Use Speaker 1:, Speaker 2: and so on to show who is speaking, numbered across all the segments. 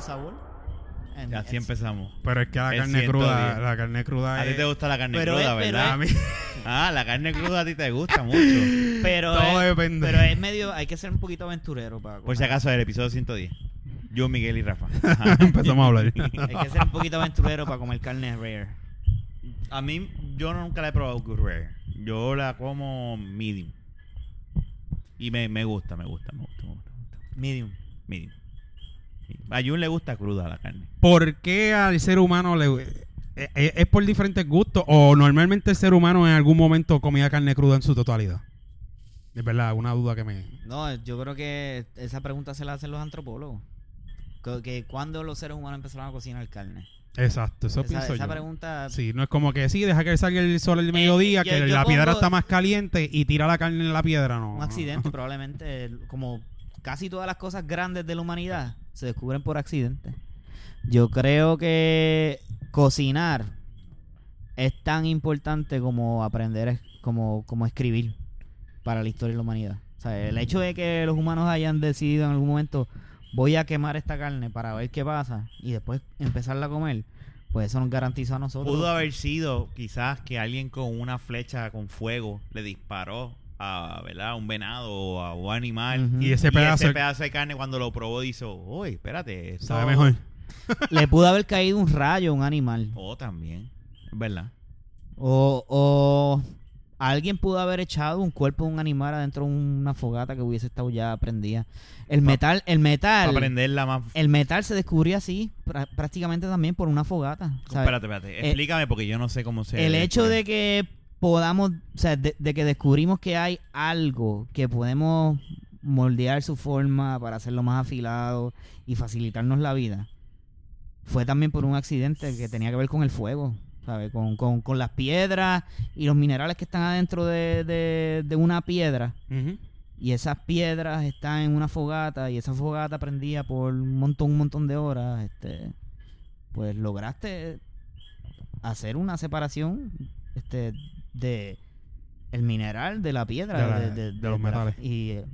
Speaker 1: sabor. And
Speaker 2: Así
Speaker 1: it's-
Speaker 2: empezamos.
Speaker 3: Pero es que la
Speaker 2: El
Speaker 3: carne
Speaker 2: 110.
Speaker 3: cruda, la carne cruda
Speaker 2: A ti
Speaker 3: es,
Speaker 2: te gusta la carne
Speaker 1: Pero
Speaker 2: cruda,
Speaker 1: es- pero
Speaker 2: ¿verdad?
Speaker 3: a mí
Speaker 2: Ah, la carne cruda a ti te gusta mucho.
Speaker 1: Pero,
Speaker 3: todo
Speaker 1: es,
Speaker 3: depende.
Speaker 1: pero es medio. Hay que ser un poquito aventurero para.
Speaker 2: Por si
Speaker 1: comer.
Speaker 2: acaso, el episodio 110. Yo, Miguel y Rafa. Ajá.
Speaker 3: empezamos a hablar.
Speaker 1: Hay que ser un poquito aventurero para comer carne rare.
Speaker 2: A mí, yo nunca la he probado good rare. Yo la como medium. Y me, me gusta, me gusta, me gusta, me gusta. me gusta.
Speaker 1: Medium.
Speaker 2: Medium. A Jun le gusta cruda la carne.
Speaker 3: ¿Por qué al ser humano le eh, eh, es por diferentes gustos o normalmente el ser humano en algún momento comía carne cruda en su totalidad? Es verdad, una duda que me
Speaker 1: No, yo creo que esa pregunta se la hacen los antropólogos. Que, que cuando los seres humanos empezaron a cocinar carne.
Speaker 3: Exacto, eso
Speaker 1: esa
Speaker 3: pienso
Speaker 1: esa
Speaker 3: yo.
Speaker 1: pregunta. Eh,
Speaker 3: Sí, no es como que sí, deja que salga el sol al mediodía,
Speaker 1: yo-
Speaker 3: que
Speaker 1: yo
Speaker 3: la piedra
Speaker 1: pongo-
Speaker 3: está más caliente y tira la carne en la piedra, no.
Speaker 1: un accidente probablemente el- como casi todas las cosas grandes de la humanidad se descubren por accidente yo creo que cocinar es tan importante como aprender es- como, como escribir para la historia de la humanidad O sea, el hecho de que los humanos hayan decidido en algún momento voy a quemar esta carne para ver qué pasa y después empezarla a comer pues eso nos garantiza a nosotros
Speaker 2: Pudo haber sido quizás que alguien con una flecha con fuego le disparó a ¿verdad? un venado o a un animal.
Speaker 1: Ujú.
Speaker 3: Y ese
Speaker 2: Y
Speaker 3: pedazo
Speaker 2: ese pedazo de carne cuando lo probó hizo, uy, espérate, esto-
Speaker 3: sabe mejor.
Speaker 1: le pudo haber caído un rayo a un animal
Speaker 2: Oh, también, es verdad.
Speaker 1: O, o alguien pudo haber echado un cuerpo de un animal adentro de una fogata que hubiese estado ya prendida. El metal, el
Speaker 2: Para
Speaker 1: metal,
Speaker 2: aprenderla más...
Speaker 1: el metal se descubrió así prá- prácticamente también por una fogata. ¿sabes?
Speaker 2: espérate, espérate,
Speaker 1: Eh,
Speaker 2: explícame porque yo no sé cómo se...
Speaker 1: El hecho de que podamos, o sea, de, de que descubrimos que hay algo que podemos moldear su forma para hacerlo más afilado y facilitarnos la vida, fue también por un accidente que tenía que ver con el fuego, ¿sabes? Con, con- con las piedras y los minerales que están adentro de, de- de una piedra.
Speaker 3: Ujú.
Speaker 1: Y esas piedras están en una fogata y esa fogata prendía por un montón, un montón de horas. Este, pues lograste hacer una separación este, de el mineral de la piedra
Speaker 3: De la- de los
Speaker 1: la-
Speaker 3: metales.
Speaker 1: y eh,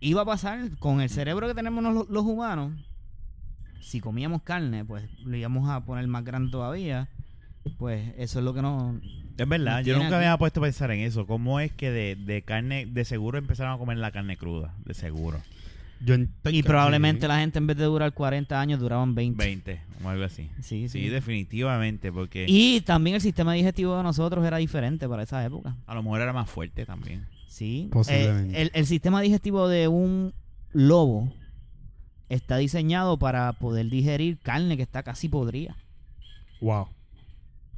Speaker 1: iba a pasar con el cerebro que tenemos los, los humanos si comíamos carne pues lo íbamos a poner más grande todavía pues eso es lo que nos
Speaker 2: Es verdad,
Speaker 1: Nos
Speaker 2: yo
Speaker 1: tiene
Speaker 2: nunca
Speaker 1: aquí.
Speaker 2: me había puesto a pensar en eso. ¿Cómo es que de, de carne, de seguro empezaron a comer la carne cruda? De seguro.
Speaker 3: Yo entiendo
Speaker 1: y
Speaker 3: que
Speaker 1: probablemente
Speaker 3: sí.
Speaker 1: la gente en vez de durar 40 años duraban 20,
Speaker 2: 20 o algo así.
Speaker 1: Sí, sí.
Speaker 2: Sí, definitivamente, porque
Speaker 1: Y también el sistema digestivo de nosotros era diferente para esa época.
Speaker 2: a lo mejor era más fuerte también.
Speaker 1: Sí.
Speaker 3: Posiblemente.
Speaker 1: Eh, el, el sistema digestivo de un lobo está diseñado para poder digerir carne que está casi podrida.
Speaker 3: Wow.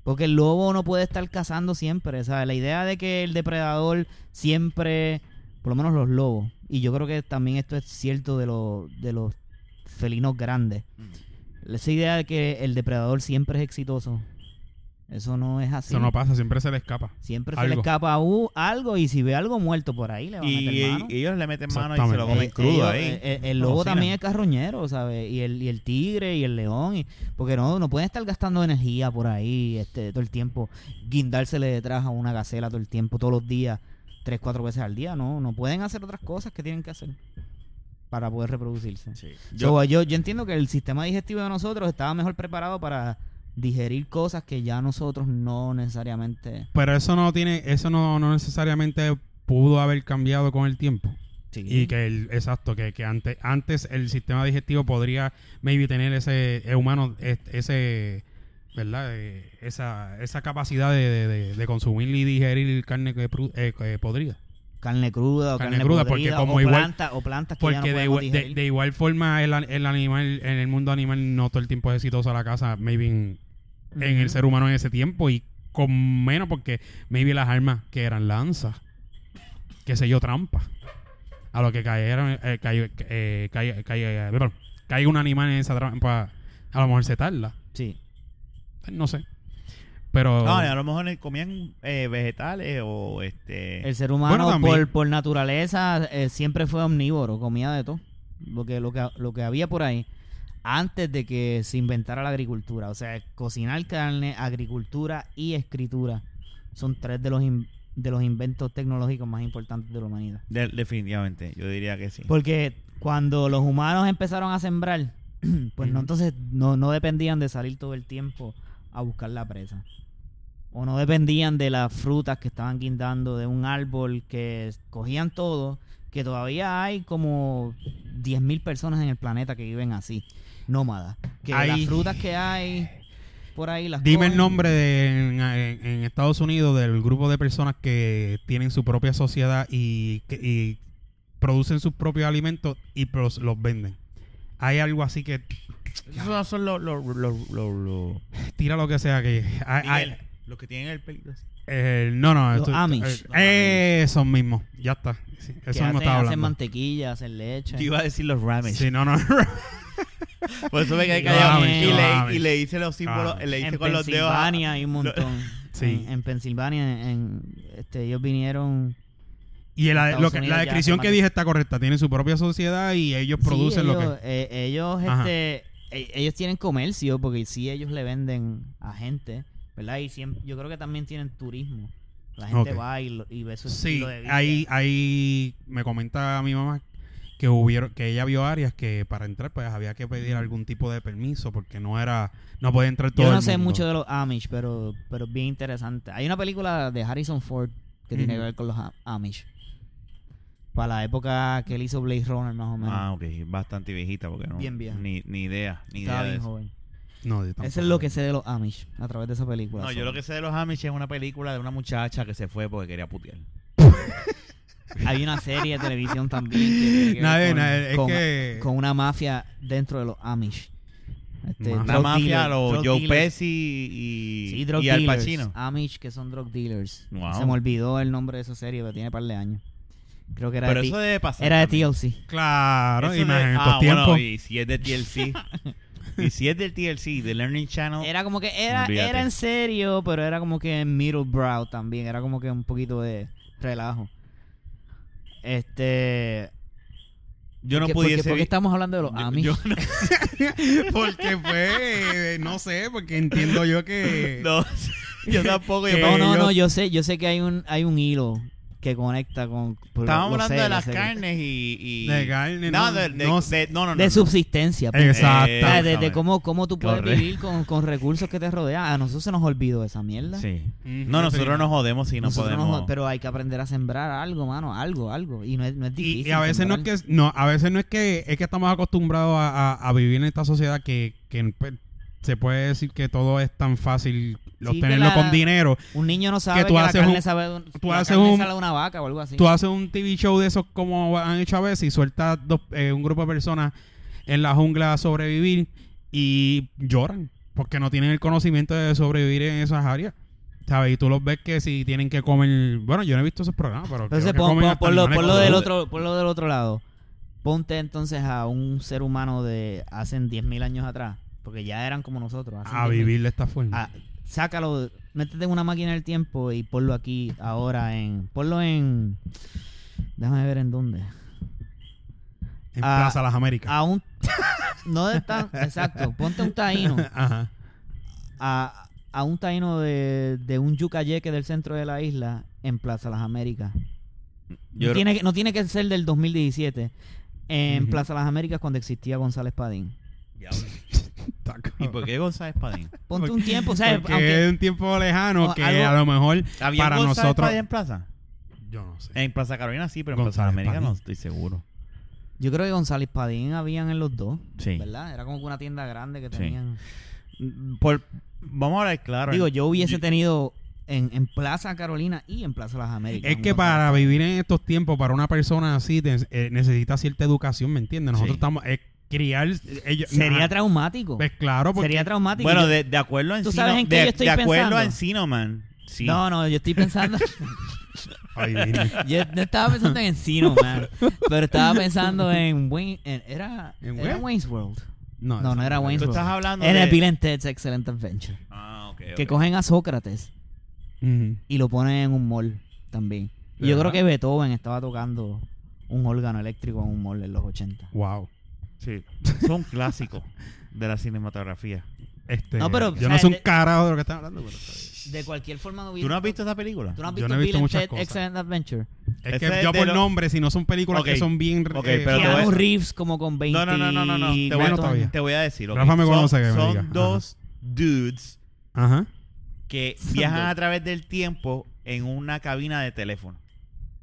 Speaker 1: Porque el lobo no puede estar cazando siempre. ¿sabes? La idea de que el depredador siempre, por lo menos los lobos, y yo creo que también esto es cierto de, los de los felinos grandes, esa idea de que el depredador siempre es exitoso, eso no es así.
Speaker 3: Eso no pasa, siempre se le escapa.
Speaker 1: Siempre se le
Speaker 3: Algo.
Speaker 1: escapa a U algo y si ve algo muerto por ahí le van a
Speaker 2: Y,
Speaker 1: meter mano.
Speaker 2: y ellos le meten mano y se lo
Speaker 3: Exactamente.
Speaker 2: comen
Speaker 1: Eh,
Speaker 2: crudo
Speaker 1: ellos-
Speaker 2: ahí.
Speaker 1: eh, eh, El, lobo
Speaker 2: Cocinan.
Speaker 1: también es carroñero, ¿sabes? Y el, y el tigre y el león. y- porque no, no pueden estar gastando energía por ahí este, todo el tiempo. Guindársele detrás a una gacela todo el tiempo, todos los días, tres, cuatro veces al día. No, no pueden hacer otras cosas que tienen que hacer para poder reproducirse.
Speaker 2: Sí.
Speaker 1: Yo,
Speaker 2: Yo,
Speaker 1: yo, yo entiendo que el sistema digestivo de nosotros estaba mejor preparado para digerir cosas que ya nosotros no necesariamente...
Speaker 3: Pero eso no tiene, eso no, no necesariamente pudo haber cambiado con el tiempo. Y que el, exacto, que, que ante- antes el sistema digestivo podría maybe tener ese eh, humano, es- ese, ¿verdad? Eh, esa, esa capacidad de, de- de- de consumir y digerir carne que pru- eh, que podría.
Speaker 1: carne cruda o carne,
Speaker 3: Carne cruda,
Speaker 1: podrida,
Speaker 3: porque como
Speaker 1: o,
Speaker 3: igual-
Speaker 1: planta- o plantas que ya no
Speaker 3: Porque de,
Speaker 1: podemos
Speaker 3: igua- de-
Speaker 1: digerir.
Speaker 3: de igual forma el, an- el animal, en el mundo animal no todo el tiempo es exitoso a la casa, maybe en, en el
Speaker 1: Ujú.
Speaker 3: ser humano en ese tiempo y con menos porque maybe las armas que eran lanzas, qué sé yo, trampas, a lo que cayeron, eh, cayó- eh, cayó- cayó- eh, perdón, caiga un animal en esa trampa, a lo mejor se tarda,
Speaker 1: Sí.
Speaker 3: no sé. Pero
Speaker 2: no, a lo mejor comían eh, vegetales o este.
Speaker 1: El ser humano
Speaker 3: Bueno, también-
Speaker 1: por, por naturaleza eh, siempre fue omnívoro, comía de todo, lo que, lo, que, lo que había por ahí, antes de que se inventara la agricultura. O sea, cocinar carne, agricultura y escritura son tres de los, in- de los inventos tecnológicos más importantes de la humanidad.
Speaker 2: de- definitivamente, yo diría que sí.
Speaker 1: Porque cuando los humanos empezaron a sembrar, pues no, entonces no, no dependían de salir todo el tiempo a buscar la presa. O no dependían de las frutas que estaban guindando de un árbol que cogían todo, que todavía hay como 10.000 personas en el planeta que viven así, nómadas. Que
Speaker 3: Hay-
Speaker 1: las frutas que hay por ahí las
Speaker 3: Dime el
Speaker 1: cogen.
Speaker 3: nombre de, en, en- en Estados Unidos del grupo de personas que tienen su propia sociedad y, que- y producen sus propios alimentos y pros- los venden. Hay algo así que
Speaker 2: Esos son- son los... los, los, los, los-
Speaker 3: tira lo que sea que... hay- hay-
Speaker 2: Miguel, los que tienen el pelito así.
Speaker 3: eh, no, no,
Speaker 1: Los
Speaker 3: esto-
Speaker 1: Amish.
Speaker 3: eh, esos mismos, ya está. Sí,
Speaker 1: Que
Speaker 3: eso mismo
Speaker 1: hacen,
Speaker 3: estaba
Speaker 1: hacen
Speaker 3: hablando.
Speaker 1: mantequilla, hacen leche.
Speaker 2: Yo iba a decir los Ramesh.
Speaker 3: Sí, no, no.
Speaker 2: Por eso me quedé
Speaker 1: Los
Speaker 2: callado.
Speaker 1: Amish,
Speaker 2: y,
Speaker 1: los
Speaker 2: le,
Speaker 3: Amish.
Speaker 2: y le hice los símbolos,
Speaker 3: Amish.
Speaker 2: le hice
Speaker 1: en
Speaker 2: con los dedos.
Speaker 3: ah,
Speaker 2: a-
Speaker 1: Pensilvania hay un montón.
Speaker 3: Sí.
Speaker 1: En, en Pensilvania, en, este, ellos vinieron.
Speaker 3: y la, lo que-
Speaker 1: Estados Unidos
Speaker 3: la
Speaker 1: ya
Speaker 3: descripción
Speaker 1: se
Speaker 3: que
Speaker 1: mate-
Speaker 3: dije está correcta. Tienen su propia sociedad y ellos
Speaker 1: Sí,
Speaker 3: producen
Speaker 1: ellos,
Speaker 3: lo que...
Speaker 1: eh, ellos,
Speaker 3: Ajá.
Speaker 1: este, e- ellos tienen comercio porque sí ellos le venden a gente, ¿verdad? Y siem- yo creo que también tienen turismo. La gente
Speaker 3: Ok.
Speaker 1: va y, pues, lo- y ve su
Speaker 3: Sí,
Speaker 1: estilo de vida.
Speaker 3: ahí, ahí me comenta mi mamá que hubieron, que ella vio áreas que para entrar pues había que pedir algún tipo de permiso porque no era, no podía entrar todo
Speaker 1: yo no
Speaker 3: el
Speaker 1: sé
Speaker 3: mundo.
Speaker 1: mucho de los Amish, pero pero es bien interesante. Hay una película de Harrison Ford que tiene que
Speaker 3: Ujú.
Speaker 1: ver con los Am- Amish. Para la época que él hizo Blade Runner, más o menos.
Speaker 2: Ah, ok. Bastante viejita porque no...
Speaker 1: Bien vieja.
Speaker 2: Ni, ni idea. Ni
Speaker 1: Estaba
Speaker 2: idea de
Speaker 1: bien
Speaker 2: eso.
Speaker 1: joven.
Speaker 3: No, yo tampoco.
Speaker 1: Eso es lo que sé de los Amish a través de esa película.
Speaker 2: No, yo
Speaker 1: So,
Speaker 2: lo que sé de los Amish es una película de una muchacha que se fue porque quería putear.
Speaker 1: Hay una serie de televisión también. que tiene que ver
Speaker 3: Nadie-
Speaker 1: con,
Speaker 3: nadie- es
Speaker 1: con-
Speaker 3: que-
Speaker 1: con una mafia dentro de los Amish. Este,
Speaker 3: Mafia.
Speaker 2: La
Speaker 1: drug
Speaker 2: mafia,
Speaker 1: dealer-
Speaker 2: los
Speaker 1: drug
Speaker 2: Joe
Speaker 1: dealers.
Speaker 2: Pesci y,
Speaker 1: Sí, drug
Speaker 2: y Al
Speaker 1: dealers.
Speaker 2: Pacino.
Speaker 1: Amish que son drug dealers.
Speaker 2: Wow.
Speaker 1: Se me olvidó el nombre de esa serie, pero tiene par de años. Creo que era
Speaker 2: Pero
Speaker 1: de,
Speaker 2: eso
Speaker 1: T-
Speaker 2: debe pasar.
Speaker 1: era de
Speaker 2: también.
Speaker 1: TLC.
Speaker 3: Claro,
Speaker 2: Eso
Speaker 3: y más
Speaker 2: de-
Speaker 3: en estos
Speaker 2: ah, bueno,
Speaker 3: tiempos.
Speaker 2: y si es de TLC. y si es del TLC, de Learning Channel.
Speaker 1: Era como que era,
Speaker 2: Olvídate.
Speaker 1: era en serio, pero era como que middle brow también. Era como que un poquito de relajo. Este.
Speaker 2: yo no
Speaker 1: ¿qué- por qué-
Speaker 2: pudiese.
Speaker 1: ¿Por qué estamos hablando de los
Speaker 2: yo-
Speaker 1: Amish?
Speaker 2: yo no-
Speaker 3: porque fue, no sé, porque entiendo yo que
Speaker 2: no, yo tampoco. yo
Speaker 3: Que-
Speaker 1: No,
Speaker 2: tampoco-
Speaker 1: no,
Speaker 3: yo-
Speaker 1: no, yo sé, yo sé que hay un, hay un hilo que conecta con. por-
Speaker 2: Estábamos
Speaker 1: lo sé,
Speaker 2: hablando de
Speaker 1: lo
Speaker 2: las
Speaker 1: sé que-
Speaker 2: carnes y. y-
Speaker 3: De carne,
Speaker 2: no,
Speaker 3: no,
Speaker 2: de, de-
Speaker 3: no
Speaker 2: de- no, no, Eh, no,
Speaker 1: De
Speaker 2: no.
Speaker 1: subsistencia. pues.
Speaker 3: Exacto.
Speaker 1: O sea, de, de
Speaker 2: exactamente.
Speaker 1: cómo, cómo tú puedes
Speaker 2: Correcto.
Speaker 1: vivir con, con recursos que te rodean. A nosotros se nos olvidó esa mierda.
Speaker 2: Sí. No, nosotros nos jodemos si no
Speaker 1: Nosotros nos-
Speaker 2: podemos.
Speaker 1: pero hay que aprender a sembrar algo, mano, algo, algo. Y no es, no es
Speaker 3: Y-
Speaker 1: difícil.
Speaker 3: Y, a veces no es que no, a veces no es que es que estamos acostumbrados a, a- a vivir en esta sociedad que, que, pues, se puede decir que todo es tan fácil
Speaker 1: que
Speaker 3: obtenerlo
Speaker 1: la-
Speaker 3: con dinero.
Speaker 1: Un niño no sabe que,
Speaker 3: tú
Speaker 1: la
Speaker 3: haces
Speaker 1: carne
Speaker 3: un-
Speaker 1: sabe de un-
Speaker 3: tú
Speaker 1: la
Speaker 3: haces
Speaker 1: carne
Speaker 3: un-
Speaker 1: sale de una vaca o algo así.
Speaker 3: Tú haces un TV show de esos como han hecho a veces y sueltas dos- eh, un grupo de personas en la jungla a sobrevivir y lloran porque no tienen el conocimiento de sobrevivir en esas áreas. ¿Sabes? Y tú los ves que si tienen que comer... Bueno, yo no he visto esos programas, pero... creo
Speaker 1: Entonces,
Speaker 3: que
Speaker 1: pon,
Speaker 3: comen
Speaker 1: pon-
Speaker 3: hasta
Speaker 1: ponlo,
Speaker 3: animales
Speaker 1: ponlo
Speaker 3: crudos.
Speaker 1: del otro, ponlo del otro lado. Ponte entonces a un ser humano de hace 10.000 años atrás, porque ya eran como nosotros. hace
Speaker 3: A
Speaker 1: 10.000.
Speaker 3: vivir de esta forma.
Speaker 1: A- sácalo, métete en una máquina del tiempo y ponlo aquí ahora en... Ponlo en... Déjame ver en dónde.
Speaker 3: en
Speaker 1: a-
Speaker 3: Plaza Las Américas.
Speaker 1: A un... No de tan... Exacto. Ponte un taíno.
Speaker 3: Ajá.
Speaker 1: A, a un taíno de, de un yucayeque del centro de la isla en Plaza Las Américas.
Speaker 2: Yo-
Speaker 1: no, tiene que, no tiene que ser del 2017. En
Speaker 3: Ujú.
Speaker 1: Plaza Las Américas cuando existía González Padín.
Speaker 2: Diablo.
Speaker 3: Está
Speaker 2: ¿Y por qué González Padín?
Speaker 1: Ponte
Speaker 3: Porque-
Speaker 1: un tiempo, o sea,
Speaker 3: Porque
Speaker 1: aunque-
Speaker 3: es un tiempo lejano
Speaker 1: No,
Speaker 3: que
Speaker 1: algo-
Speaker 3: a lo mejor Eh,
Speaker 2: ¿Había
Speaker 3: para
Speaker 2: González
Speaker 3: nosotros.
Speaker 2: Padín en Plaza?
Speaker 3: Yo no sé.
Speaker 2: En Plaza Carolina sí, pero en Plaza
Speaker 3: González
Speaker 2: América
Speaker 3: Padín.
Speaker 2: no estoy seguro.
Speaker 1: yo creo que González Padín habían en los dos,
Speaker 2: Sí.
Speaker 1: ¿verdad? Era como que una tienda grande que
Speaker 2: Sí.
Speaker 1: tenían.
Speaker 2: Por, vamos a hablar claro. eh.
Speaker 1: Digo, yo hubiese
Speaker 2: Yo-
Speaker 1: tenido en, en Plaza Carolina y en Plaza Las Américas.
Speaker 3: Es
Speaker 1: un
Speaker 3: que
Speaker 1: González.
Speaker 3: para vivir en estos tiempos, para una persona así, te- eh, necesita cierta educación, ¿me entiendes? Nosotros
Speaker 2: Sí.
Speaker 3: estamos. es criar. ellos,
Speaker 1: Sería
Speaker 2: Ah.
Speaker 3: nah,
Speaker 1: traumático.
Speaker 3: pues claro, porque.
Speaker 1: Sería traumático.
Speaker 2: Bueno,
Speaker 1: Yo-
Speaker 2: de, de acuerdo a
Speaker 1: ¿Tú
Speaker 2: Encino-
Speaker 1: sabes en qué
Speaker 2: de,
Speaker 1: yo estoy
Speaker 2: de acuerdo
Speaker 1: pensando?
Speaker 2: a Encino Man. Sí.
Speaker 1: No, no, yo estoy pensando...
Speaker 3: Ay, vine.
Speaker 1: yo no estaba pensando en Encino, man. Pero estaba pensando en... Wayne, en- era,
Speaker 3: ¿En
Speaker 1: era
Speaker 3: Wayne?
Speaker 1: Wayne's World.
Speaker 3: No,
Speaker 1: No,
Speaker 3: eso
Speaker 1: no era Wayne's
Speaker 2: Tú
Speaker 1: World.
Speaker 2: estás hablando
Speaker 1: Era
Speaker 2: de-
Speaker 1: Bill and Ted's Excellent Adventure.
Speaker 2: Ah, ok.
Speaker 1: Que
Speaker 2: ok.
Speaker 1: cogen a Sócrates
Speaker 3: Ujú.
Speaker 1: y lo ponen en un mall también. Y Yo
Speaker 3: Ajá.
Speaker 1: creo que Beethoven estaba tocando un órgano eléctrico en un mall en los 80.
Speaker 3: Wow.
Speaker 2: Sí. Son clásicos de la cinematografía.
Speaker 3: Este,
Speaker 1: No, pero,
Speaker 3: yo
Speaker 1: o
Speaker 3: no
Speaker 1: sea,
Speaker 3: soy un
Speaker 1: de-
Speaker 3: carajo de lo que están hablando. pero está bien.
Speaker 1: De cualquier forma,
Speaker 2: ¿Tú no has visto esa película?
Speaker 1: ¿Tú no has
Speaker 3: Yo
Speaker 1: visto,
Speaker 3: no he visto
Speaker 1: Bill and
Speaker 3: muchas
Speaker 1: Ted
Speaker 3: cosas.
Speaker 1: Excellent Adventure?
Speaker 3: Es
Speaker 2: Ese
Speaker 3: que
Speaker 2: es
Speaker 3: yo
Speaker 2: de
Speaker 3: por
Speaker 2: lo-
Speaker 3: nombre, si no son películas
Speaker 2: Ok.
Speaker 3: que son bien...
Speaker 2: Ok,
Speaker 3: eh,
Speaker 2: pero te voy
Speaker 1: Keanu
Speaker 2: a-
Speaker 1: Reeves como con 20
Speaker 2: No, no, no, no, no, no. Te voy,
Speaker 3: Bueno,
Speaker 2: a,
Speaker 3: todavía.
Speaker 2: te voy a decir. ok.
Speaker 3: Rafa me conoce que me
Speaker 2: son
Speaker 3: diga. Ajá.
Speaker 2: dos dudes
Speaker 3: Ajá.
Speaker 2: que
Speaker 1: Son
Speaker 2: viajan
Speaker 1: dos.
Speaker 2: a través del tiempo en una cabina de teléfono.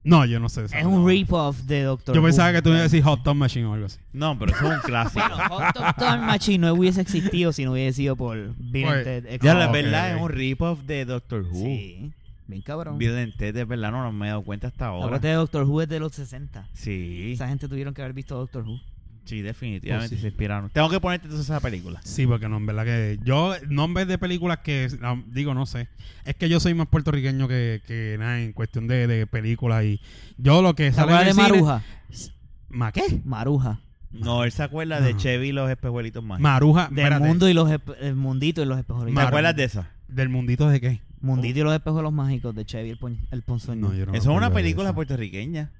Speaker 3: No, yo no sé. esa
Speaker 1: Es
Speaker 3: no.
Speaker 1: un rip-off de Doctor
Speaker 3: Yo pensaba
Speaker 1: Who.
Speaker 3: que tú ibas a decir Hot Tub Machine o algo así.
Speaker 2: No, pero eso es un clásico.
Speaker 1: Bueno, Hot Tub Time Machine no hubiese existido si no hubiese sido por Bill
Speaker 3: Oye,
Speaker 1: and Ted X.
Speaker 2: ya, la
Speaker 3: Ok,
Speaker 2: verdad,
Speaker 3: ok.
Speaker 2: es un rip-off de Doctor Who.
Speaker 1: Sí, bien cabrón.
Speaker 2: Bill and Ted, de verdad, no, no me he dado cuenta hasta
Speaker 1: La
Speaker 2: ahora.
Speaker 1: parte de Doctor Who es de los 60.
Speaker 2: Sí,
Speaker 1: Esa gente tuvieron que haber visto Doctor Who.
Speaker 2: sí, definitivamente
Speaker 3: Pues sí.
Speaker 2: se inspiraron. Tengo que ponerte entonces esa película.
Speaker 3: Sí, porque no, en verdad que yo, nombres de películas que, la- digo, no sé. Es que yo soy más puertorriqueño que, que nada en cuestión de, de películas y yo lo que
Speaker 1: ¿Te
Speaker 3: sale en
Speaker 1: acuerdas
Speaker 3: el
Speaker 1: de
Speaker 3: cine-
Speaker 1: Maruja?
Speaker 3: ¿Ma qué?
Speaker 1: Maruja.
Speaker 2: No, él se acuerda de
Speaker 3: No.
Speaker 2: Chevy y los espejuelitos más.
Speaker 3: Maruja,
Speaker 1: Del
Speaker 3: espérate.
Speaker 1: mundo y los espe- el mundito y los espejos.
Speaker 2: ¿Te
Speaker 3: Maru-
Speaker 2: acuerdas de esa?
Speaker 3: ¿Del mundito de qué?
Speaker 1: Mundito y los espejos los mágicos de Chevy el, pon- el ponzoño.
Speaker 3: yo
Speaker 2: Eso
Speaker 3: me
Speaker 2: es una
Speaker 3: acuerdo de
Speaker 2: película
Speaker 3: esa.
Speaker 2: puertorriqueña.